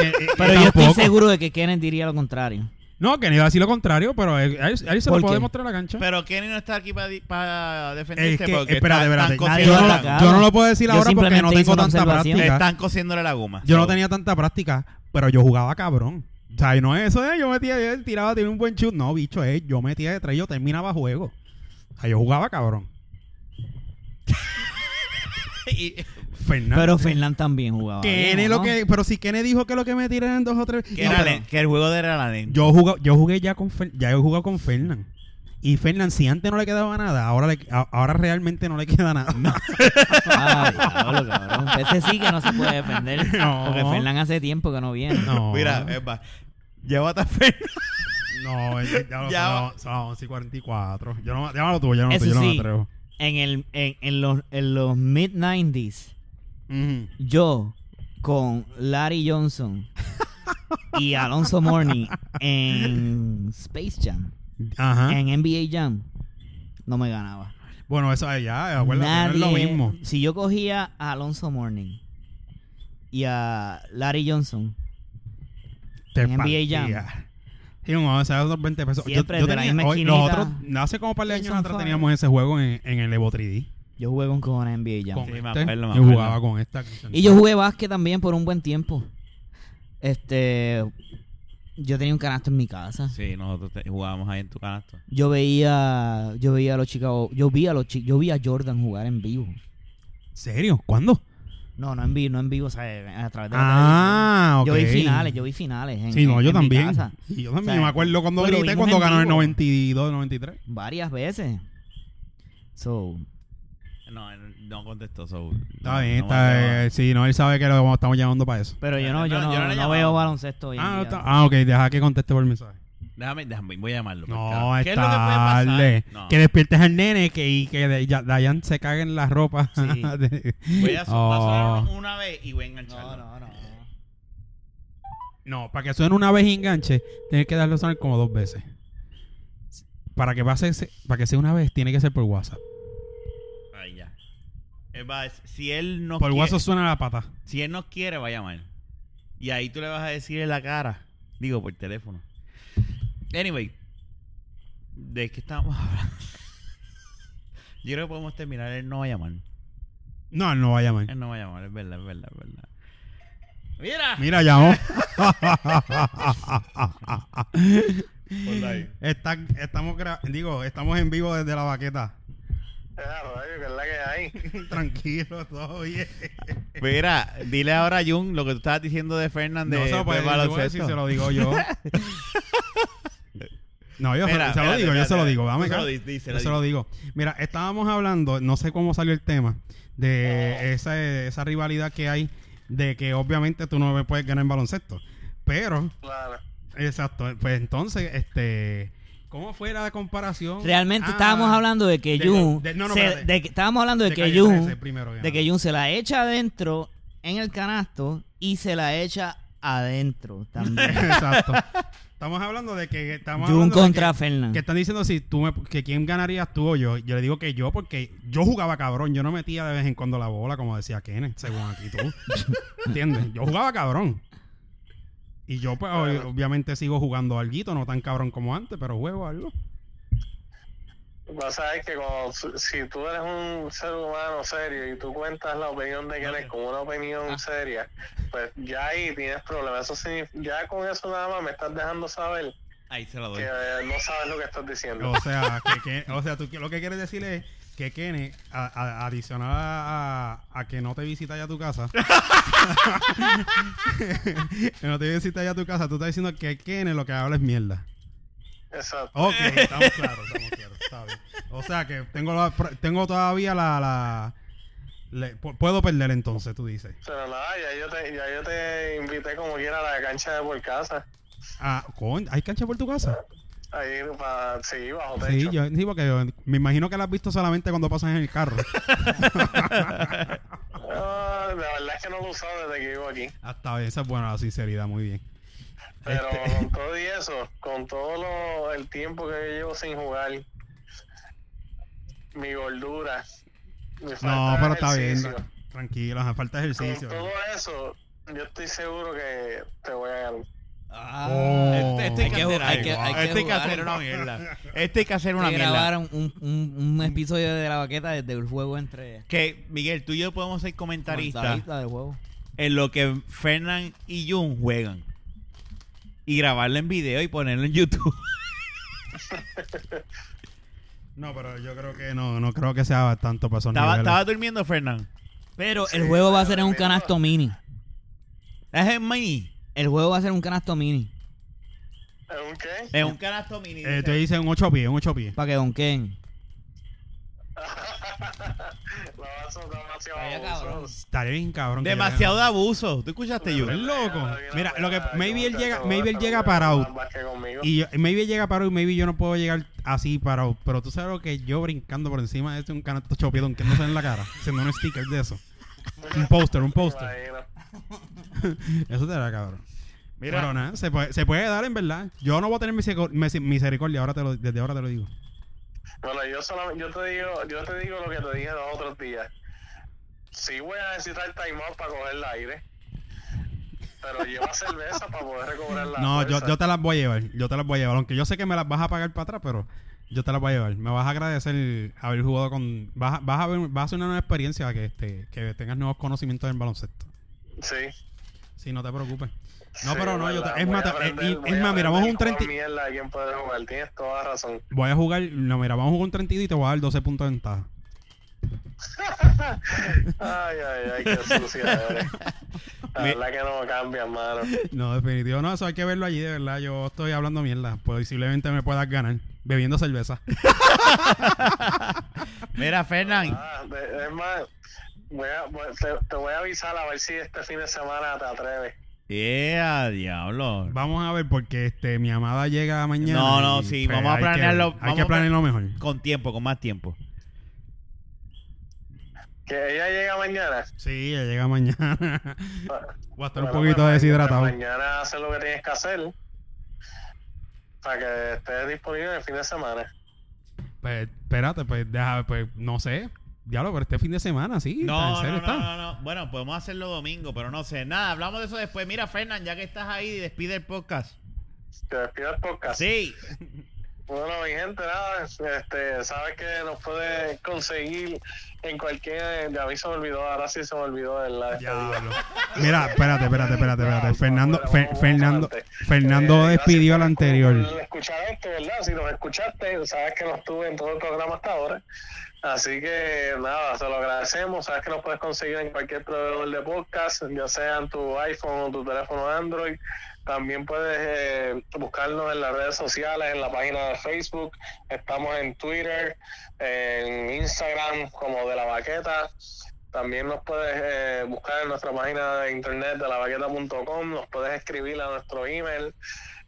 Speaker 3: Eh, eh,
Speaker 1: Pero yo estoy
Speaker 3: tampoco.
Speaker 1: seguro de que Kenneth diría lo contrario.
Speaker 3: No, Kenny iba a decir lo contrario, pero él, él- él se lo
Speaker 1: ¿Por
Speaker 3: puede
Speaker 1: qué?
Speaker 3: mostrar a la cancha.
Speaker 2: Pero Kenny no está aquí para
Speaker 3: es
Speaker 2: defenderse
Speaker 3: que,
Speaker 2: porque
Speaker 3: espérate,
Speaker 2: está-
Speaker 3: espérate.
Speaker 2: están
Speaker 1: Nadie
Speaker 2: cosiendo
Speaker 3: Yo no,
Speaker 1: habla
Speaker 2: la-
Speaker 1: acá.
Speaker 3: lo- yo no lo puedo decir
Speaker 1: Yo
Speaker 3: ahora porque no
Speaker 1: simplemente hice
Speaker 3: tengo
Speaker 1: una
Speaker 3: tanta
Speaker 1: observación.
Speaker 2: le
Speaker 3: práctica.
Speaker 2: están cosiéndole la goma.
Speaker 3: Yo no
Speaker 2: So,
Speaker 3: tenía tanta práctica, pero yo jugaba cabrón. O sea, y no es eso, eh, yo metía, yo tiraba, tenía un buen chute. No, bicho, eh, yo metía de tres, yo terminaba juego. O sea, yo jugaba cabrón.
Speaker 2: y-
Speaker 3: Fernando.
Speaker 1: Pero Fernan también jugaba. bien,
Speaker 3: Kene
Speaker 1: ¿o
Speaker 3: lo
Speaker 1: no?
Speaker 3: que, pero si Kene dijo que lo que me tiran eran dos o tres.
Speaker 2: que,
Speaker 3: No,
Speaker 2: era
Speaker 3: pero
Speaker 2: le- que el juego de era la lenta.
Speaker 3: yo jugué, yo jugué ya con Fer- ya he jugado con Fernán. Y Fernán, si antes no le quedaba nada, ahora le- a- ahora realmente no le queda nada.
Speaker 1: Ay, diablo, cabrón. Ese sí que no se puede defender.
Speaker 3: No.
Speaker 1: Porque Fernan hace tiempo que no viene.
Speaker 3: No.
Speaker 2: Mira, eh, es más, llévate a Fernan.
Speaker 3: No, es que ya lo-
Speaker 2: Ya
Speaker 3: son
Speaker 2: va.
Speaker 3: las- son las 11 y 44. Yo no, llámalo tú, yo no,
Speaker 1: Eso
Speaker 3: yo no
Speaker 1: sí.
Speaker 3: me atrevo.
Speaker 1: En, el, en, en los, en los mid-90s,
Speaker 3: Ujú.
Speaker 1: yo con Larry Johnson y Alonso Morning en Space Jam,
Speaker 3: Ajá.
Speaker 1: Eh. en NBA Jam, no me ganaba.
Speaker 3: Bueno, eso allá, acuérdate, no es lo
Speaker 1: Nadie-
Speaker 3: mismo.
Speaker 1: Si yo cogía a Alonso Morning y a Larry Johnson,
Speaker 3: Te
Speaker 1: en NBA Jam.
Speaker 3: partía. Sí, no, o sea, esos 20 pesos. Yo-
Speaker 1: Siempre,
Speaker 3: yo
Speaker 1: de la
Speaker 3: tenía-
Speaker 1: misma
Speaker 3: hoy-
Speaker 1: esquinita.
Speaker 3: nosotros, hace como un par de años
Speaker 1: Jason
Speaker 3: atrás
Speaker 1: Fry.
Speaker 3: teníamos ese juego en, en el Evo 3D.
Speaker 1: yo jugué con cojones NBA Jam.
Speaker 3: Con
Speaker 2: Sí, me
Speaker 3: este,
Speaker 2: acuerdo, me
Speaker 3: yo
Speaker 2: acuerdo.
Speaker 3: jugaba con esta.
Speaker 1: Y yo jugué básquet también por un buen tiempo. Este. Yo tenía un canasto en mi casa.
Speaker 2: Sí, nosotros te- jugábamos ahí en tu canasto.
Speaker 1: Yo veía. Yo veía a los Chicago. Yo vi a los chi- Yo vi a Jordan jugar en vivo.
Speaker 3: ¿En serio? ¿Cuándo?
Speaker 1: No, no en vivo, no en vivo, o sea, eh, a través de la
Speaker 3: Ah, ok.
Speaker 1: televisión. Yo vi finales, yo vi finales. en-
Speaker 3: Sí, no,
Speaker 1: en-
Speaker 3: yo
Speaker 1: en mi
Speaker 3: también.
Speaker 1: casa,
Speaker 3: Y yo también
Speaker 1: O sea,
Speaker 3: me acuerdo cuando
Speaker 1: pues lo
Speaker 3: grité
Speaker 1: vimos
Speaker 3: cuando
Speaker 1: en
Speaker 3: ganó el
Speaker 1: vivo.
Speaker 3: 92, 93.
Speaker 1: varias veces. So,
Speaker 2: No, no contestó Soul.
Speaker 3: Está bien, está, eh, sí, no, él sabe que lo estamos llamando para eso.
Speaker 1: pero yo no, yo
Speaker 2: No,
Speaker 1: no,
Speaker 2: yo no le
Speaker 1: no
Speaker 2: llamaba.
Speaker 1: veo baloncesto hoy en
Speaker 3: Ah, no
Speaker 1: día.
Speaker 3: está- ah, ok, deja que conteste por mensaje.
Speaker 2: Déjame, déjame, voy a llamarlo.
Speaker 3: No,
Speaker 2: pescado.
Speaker 3: es
Speaker 2: lo que puede pasar?
Speaker 3: tarde.
Speaker 2: No.
Speaker 3: Que despiertes al nene que, y que de- ya- Dayan se cague en la ropa.
Speaker 1: Sí.
Speaker 3: De-
Speaker 2: Voy a
Speaker 3: Oh.
Speaker 2: pasar una vez y voy a engancharlo.
Speaker 1: No, no, no.
Speaker 3: No, para que suene una vez y enganche, tienes que darlo a sonar como dos veces. Para que pase, ese- para que sea una vez, tiene que ser por WhatsApp.
Speaker 2: Ahí ya. Es más, si él no
Speaker 3: Por
Speaker 2: quiere,
Speaker 3: WhatsApp suena la pata.
Speaker 2: si él no quiere, va a llamar. Y ahí tú le vas a decir en la cara. Digo, por teléfono. Anyway. ¿De qué estamos hablando? Yo creo que podemos terminar. Él no va a llamar.
Speaker 3: No, no va a llamar.
Speaker 2: Él no va a llamar, es verdad, es verdad, es verdad. ¡Mira!
Speaker 3: Mira, llamó.
Speaker 2: ahí.
Speaker 3: Está- estamos, gra- digo, estamos en vivo desde la baqueta.
Speaker 6: Ah, rayo, que es la que hay.
Speaker 3: Tranquilo, todo bien.
Speaker 2: Pues Mira, dile ahora a Jun lo que tú estabas diciendo de Fernández.
Speaker 3: no se lo puede
Speaker 2: del
Speaker 3: decir, yo voy a decir,
Speaker 2: baloncesto.
Speaker 3: se lo digo yo. No, yo se-
Speaker 2: Espera,
Speaker 3: se, lo
Speaker 2: espérate,
Speaker 3: digo, yo se lo
Speaker 2: espérate.
Speaker 3: digo. Dame
Speaker 2: Tú se
Speaker 3: acá.
Speaker 2: lo di- di- se
Speaker 3: Yo
Speaker 2: lo
Speaker 3: se lo digo. Mira, estábamos hablando, no sé cómo salió el tema,
Speaker 2: Oh.
Speaker 3: de esa, esa rivalidad que hay, de que obviamente tú no me puedes ganar en baloncesto. Pero,
Speaker 6: Claro.
Speaker 3: exacto, pues entonces, este, ¿cómo fue la comparación?
Speaker 1: Realmente
Speaker 3: Ah,
Speaker 1: estábamos hablando de que
Speaker 3: de-
Speaker 1: Jun.
Speaker 3: de- no, no,
Speaker 1: se-
Speaker 3: espérate.
Speaker 1: de que- estábamos hablando de,
Speaker 3: de
Speaker 1: que
Speaker 3: Calle
Speaker 1: Jun.
Speaker 3: 13 primero,
Speaker 1: de que Jun se la echa adentro en el canasto y se la echa adentro también.
Speaker 3: Exacto. Estamos hablando de que estamos
Speaker 1: Jun
Speaker 3: hablando de
Speaker 1: contra
Speaker 3: que,
Speaker 1: Fernan.
Speaker 3: que están diciendo si tú me- que quién ganarías tú o yo. Yo le digo que yo porque yo jugaba cabrón, yo no metía de vez en cuando la bola como decía Kenneth, según aquí tú. ¿Entiendes? Yo jugaba cabrón. Y yo pues ob- obviamente sigo jugando alguito, no tan cabrón como antes, pero juego algo.
Speaker 6: Lo que pasa es que como, si- si tú eres un ser humano serio y tú cuentas la opinión de Kenneth como una opinión seria, pues ya ahí tienes problemas. Eso signif- ya con eso nada más me estás dejando saber
Speaker 2: Ahí se lo doy.
Speaker 6: que eh, no sabes lo que estás diciendo.
Speaker 3: O sea, que, que- o sea, tú que- lo que quieres decir es que Kenneth, a- a- adicional a, a- a que no te visita ya tu casa, que no te visita ya tu casa, tú estás diciendo que Kenneth lo que habla es mierda.
Speaker 6: Exacto.
Speaker 3: Ok, estamos claros, estamos claros, está bien. O sea, que tengo, la- tengo todavía la... la- le- pu- puedo perder entonces, tú dices.
Speaker 6: Pero nada, ya yo te, ya yo te invité como quiera a la cancha de por casa.
Speaker 3: Ah, coño, ¿hay cancha por tu casa?
Speaker 6: Ahí para sí, bajo
Speaker 3: Sí,
Speaker 6: techo.
Speaker 3: yo, sí, porque yo me imagino que la has visto solamente cuando pasas en el carro.
Speaker 6: Ah, la verdad es que no lo he usado desde que vivo aquí.
Speaker 3: Hasta Ah, bien, esa es buena la sinceridad, muy bien.
Speaker 6: Pero
Speaker 3: Este,
Speaker 6: con todo y eso, con todo lo- el tiempo que yo llevo sin jugar, mi gordura, mi falta
Speaker 3: No,
Speaker 6: de
Speaker 3: pero está bien.
Speaker 6: ejercicio,
Speaker 3: Tranquilo, ajá, falta ejercicio.
Speaker 6: Con todo eso, yo estoy seguro que te voy a ganar.
Speaker 1: Ah,
Speaker 3: Oh.
Speaker 2: Este hay que
Speaker 3: Hay que
Speaker 2: hacer
Speaker 1: jugar, hay que-
Speaker 2: algo.
Speaker 1: hay que
Speaker 2: Este hay que
Speaker 1: jugar.
Speaker 2: hacer una mierda. Este hay que hacer una
Speaker 1: que
Speaker 2: mierda.
Speaker 1: grabaron un, un- un episodio de la baqueta desde el juego entre
Speaker 2: Que Miguel, tú y yo podemos ser comentaristas
Speaker 1: comentarista de juego.
Speaker 2: en lo que Fernan y Jun juegan. Y grabarlo en video y ponerlo en YouTube.
Speaker 3: No, pero yo creo que no, no creo que sea tanto para esos
Speaker 2: Estaba,
Speaker 3: niveles.
Speaker 2: estaba durmiendo Fernan.
Speaker 1: Pero el juego va a ser en un canasto mini.
Speaker 2: Es en mini.
Speaker 1: El juego va a ser un canasto mini
Speaker 6: ¿Es un qué?
Speaker 2: Es un canasto mini.
Speaker 3: Eh,
Speaker 2: dice.
Speaker 3: te dice un 8 pies, un 8 pies.
Speaker 1: para que donquen.
Speaker 6: Lo vas a
Speaker 1: Vaya,
Speaker 6: demasiado
Speaker 1: cabrón.
Speaker 6: abuso.
Speaker 3: Estaría bien cabrón. que
Speaker 2: Demasiado de abuso. ¿Tú escuchaste,
Speaker 3: Pero es
Speaker 2: Jun?
Speaker 3: Este, loco.
Speaker 6: Mira,
Speaker 3: Mira, lo que
Speaker 6: mira,
Speaker 3: maybe
Speaker 6: yo
Speaker 3: él
Speaker 6: te-
Speaker 3: llega,
Speaker 6: te voy a
Speaker 3: maybe él
Speaker 6: hacer
Speaker 3: llega
Speaker 6: un
Speaker 3: parado.
Speaker 6: más que conmigo.
Speaker 3: Y yo- maybe él llega parado y maybe yo no puedo llegar así parado. Pero tú sabes lo que yo brincando por encima de este un canasto chopido aunque no sea en la cara. Siendo un sticker de eso. Un póster, un póster.
Speaker 6: Imagino.
Speaker 3: Eso te da cabrón.
Speaker 2: Mira.
Speaker 3: Pero nada, se puede, se puede dar en verdad. Yo no voy a tener misericordia, misericordia ahora te lo, desde ahora te lo digo.
Speaker 6: Bueno, yo solamente, yo te digo, yo te digo lo que te dije los otros días. Sí voy a necesitar time out para coger el aire. Pero lleva cerveza para poder recobrar la
Speaker 3: No, yo,
Speaker 6: fuerza.
Speaker 3: yo te las voy a llevar. Yo te las voy a llevar. Aunque yo sé que me las vas a pagar para atrás, pero yo te las voy a llevar. Me vas a agradecer haber jugado con. Vas, a- vas a ver, vas a hacer una nueva experiencia que, este, que tengas nuevos conocimientos del baloncesto.
Speaker 6: Sí.
Speaker 3: Sí, no te preocupes. No,
Speaker 6: Sí,
Speaker 3: pero no, yo
Speaker 6: verdad.
Speaker 3: te- es
Speaker 6: Voy
Speaker 3: más,
Speaker 6: a
Speaker 3: te-
Speaker 6: aprender-
Speaker 3: es-
Speaker 6: voy
Speaker 3: es
Speaker 6: a
Speaker 3: más, mira, vamos a un
Speaker 6: aprender
Speaker 3: 30
Speaker 6: cuán mierda a quién puede jugar. Tienes toda razón.
Speaker 3: Voy a jugar. No, mira, vamos a jugar un 32 y te voy a dar 12 puntos de ventaja.
Speaker 6: Ay, ay, ay, qué sucia eres. La
Speaker 2: Mi-
Speaker 6: verdad que no cambia, mano.
Speaker 3: No, definitivo. No, eso hay que verlo allí, de verdad. Yo estoy hablando mierda. Posiblemente me puedas ganar bebiendo cerveza.
Speaker 2: Mira, Fernán.
Speaker 6: Ah, de- es más, voy a- voy- te, te voy a avisar a ver si este fin de semana te atreves.
Speaker 2: Yeah, diablo.
Speaker 3: Vamos a ver, porque este mi amada llega mañana.
Speaker 2: No, no,
Speaker 3: y, pues,
Speaker 2: sí, vamos a
Speaker 3: hay que-
Speaker 2: planearlo,
Speaker 3: Hay que,
Speaker 2: vamos a
Speaker 3: planearlo mejor.
Speaker 2: Con tiempo, con más tiempo.
Speaker 6: Que ella llega mañana.
Speaker 3: Sí, ella llega mañana. Voy a estar un
Speaker 6: Bueno,
Speaker 3: poquito
Speaker 6: pues,
Speaker 3: deshidratado.
Speaker 6: Mañana haces lo que tienes que hacer para que estés disponible el fin de semana.
Speaker 3: Pues, espérate, pues, deja, pues, no sé. Diablo, pero este fin de semana, sí. está, en
Speaker 2: No,
Speaker 3: serio
Speaker 2: no, no,
Speaker 3: está.
Speaker 2: no, no. Bueno, podemos hacerlo domingo, pero no sé. Nada, hablamos de eso después. Mira, Fernán, ya que estás ahí, despide el podcast.
Speaker 6: Te despido del podcast.
Speaker 2: Sí.
Speaker 6: Bueno, mi gente, nada, este, sabes que nos puede conseguir en cualquier. Ya a mí se me olvidó, ahora sí se me olvidó en la despedida.
Speaker 3: Diablo. Mira, espérate, espérate, espérate, espérate.
Speaker 6: Vamos,
Speaker 3: Fernando,
Speaker 6: vamos,
Speaker 3: Fer-
Speaker 6: vamos
Speaker 3: Fernando,
Speaker 6: adelante.
Speaker 3: Fernando
Speaker 6: Eh, gracias
Speaker 3: despidió al
Speaker 6: por-
Speaker 3: anterior.
Speaker 6: por Escuchar esto, ¿verdad? Si nos escuchaste, sabes que no estuve en todo el programa hasta ahora. Así que nada, se lo agradecemos. Sabes que nos puedes conseguir en cualquier proveedor de podcast, ya sea en tu iPhone o tu teléfono Android. También puedes eh, buscarnos en las redes sociales, en la página de Facebook. Estamos en Twitter, en Instagram como de la baqueta. También nos puedes eh, buscar en nuestra página de internet de lavaqueta.com, nos puedes escribir a nuestro email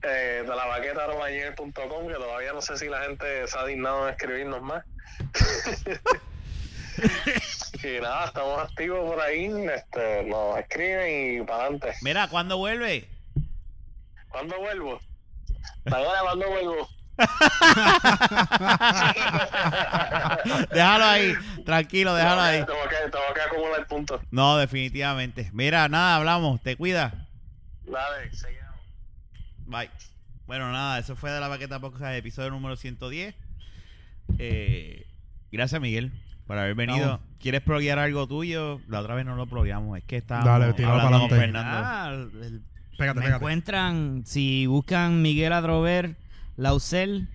Speaker 6: eh, de lavaqueta.com, que todavía no sé si la gente se ha dignado en escribirnos más. y nada, estamos activos por ahí, este, nos escriben y para adelante.
Speaker 2: Mira, ¿cuándo vuelve?
Speaker 6: ¿Cuándo vuelvo? Ahora, ¿cuándo vuelvo?
Speaker 2: déjalo ahí. Tranquilo, déjalo ahí.
Speaker 6: Tengo que, tengo que acumular puntos.
Speaker 2: No, definitivamente. Mira, nada, hablamos. Te cuida.
Speaker 6: Dale, seguimos.
Speaker 2: Bye. Bueno, nada, eso fue de la Baqueta Podcast, episodio número 110. Eh, gracias, Miguel, por haber venido.
Speaker 3: Vamos.
Speaker 2: ¿Quieres proguear algo tuyo? La otra vez no lo progueamos, es que estábamos
Speaker 3: Dale, tíralo
Speaker 2: hablando
Speaker 3: pa'lante.
Speaker 2: con Fernando.
Speaker 1: Ah, el-
Speaker 3: Pégate,
Speaker 1: me
Speaker 3: pégate.
Speaker 1: encuentran, si buscan Miguel Adrover Lausel,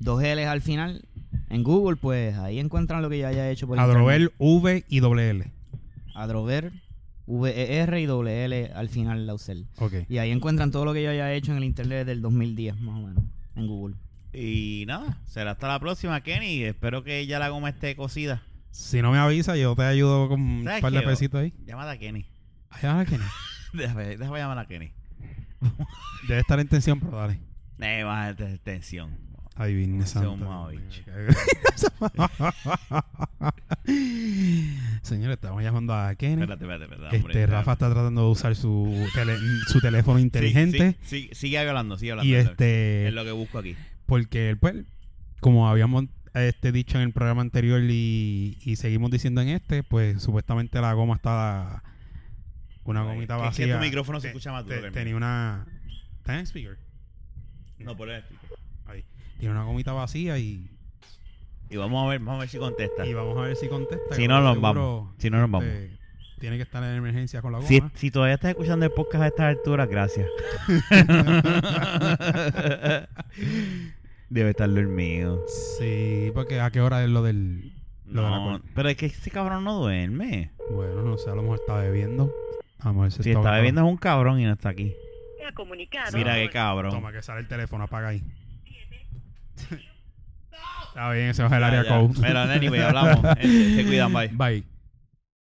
Speaker 1: dos L's al final, en Google, pues ahí encuentran lo que yo haya hecho por internet.
Speaker 3: Adrover V y doble L.
Speaker 1: Adrover, V-E-R y doble L al final, Lausel.
Speaker 3: Ok.
Speaker 1: Y ahí encuentran todo lo que yo haya hecho en el internet del 2010, más o menos, en Google.
Speaker 2: Y nada, será hasta la próxima, Kenny. Espero que ya la goma esté cocida.
Speaker 3: Si no me avisa, yo te ayudo con un
Speaker 2: ¿Sabes
Speaker 3: par de
Speaker 2: qué?
Speaker 3: pesitos ahí.
Speaker 2: Llamada a Kenny.
Speaker 3: Ay, ahora que no.
Speaker 2: Déjame, déjame llamar a Kenny.
Speaker 3: Debe estar en tensión, pero dale.
Speaker 2: Eh, baja esta tensión.
Speaker 3: Ay, Virgen
Speaker 2: Ese es un
Speaker 3: Santa.
Speaker 2: mamabicho.
Speaker 3: Señores, estamos llamando a Kenny.
Speaker 2: Espérate, espérate, espérate. hombre,
Speaker 3: Este,
Speaker 2: espérate.
Speaker 3: Rafa está tratando de usar su, tele- su teléfono inteligente.
Speaker 2: Sí, sí, sí, sigue hablando, sigue hablando.
Speaker 3: Y
Speaker 2: Es lo-
Speaker 3: este,
Speaker 2: Es lo que busco aquí.
Speaker 3: porque él, pues, como habíamos este, dicho en el programa anterior y, y seguimos diciendo en este, pues supuestamente la goma está una
Speaker 2: Ay,
Speaker 3: gomita
Speaker 2: que-
Speaker 3: vacía.
Speaker 2: que tu micrófono se
Speaker 3: Te-
Speaker 2: escucha más
Speaker 3: te-
Speaker 2: duro que el
Speaker 3: Tenía
Speaker 2: mío.
Speaker 3: una. ¿Está en speaker?
Speaker 2: No, por el explico.
Speaker 3: Ahí. Tiene una gomita vacía y,
Speaker 2: Y vamos a ver, vamos a ver si contesta.
Speaker 3: y vamos a ver si contesta.
Speaker 2: Si
Speaker 3: que
Speaker 2: no,
Speaker 3: lo
Speaker 2: nos
Speaker 3: seguro,
Speaker 2: vamos. Si no, nos vamos.
Speaker 3: este, Tiene que estar en emergencia con la goma.
Speaker 2: Si, si todavía estás escuchando el podcast a estas alturas, gracias. Debe estar dormido.
Speaker 3: Sí, porque a qué hora es lo del. Lo de la
Speaker 2: No, pero es que ese cabrón no duerme.
Speaker 3: Bueno, no sé, a lo mejor está bebiendo. A lo mejor se
Speaker 2: Si está bebiendo es un cabrón y no está aquí.
Speaker 7: Se ha comunicado.
Speaker 2: Mira qué
Speaker 7: con-
Speaker 2: cabrón.
Speaker 3: Toma, que sale el teléfono, apaga ahí. Está bien, ese es el área
Speaker 2: Ya, ya.
Speaker 3: code.
Speaker 2: pues, Pero anyway, hablamos. Eh, Se cuidan, bye.
Speaker 3: Bye.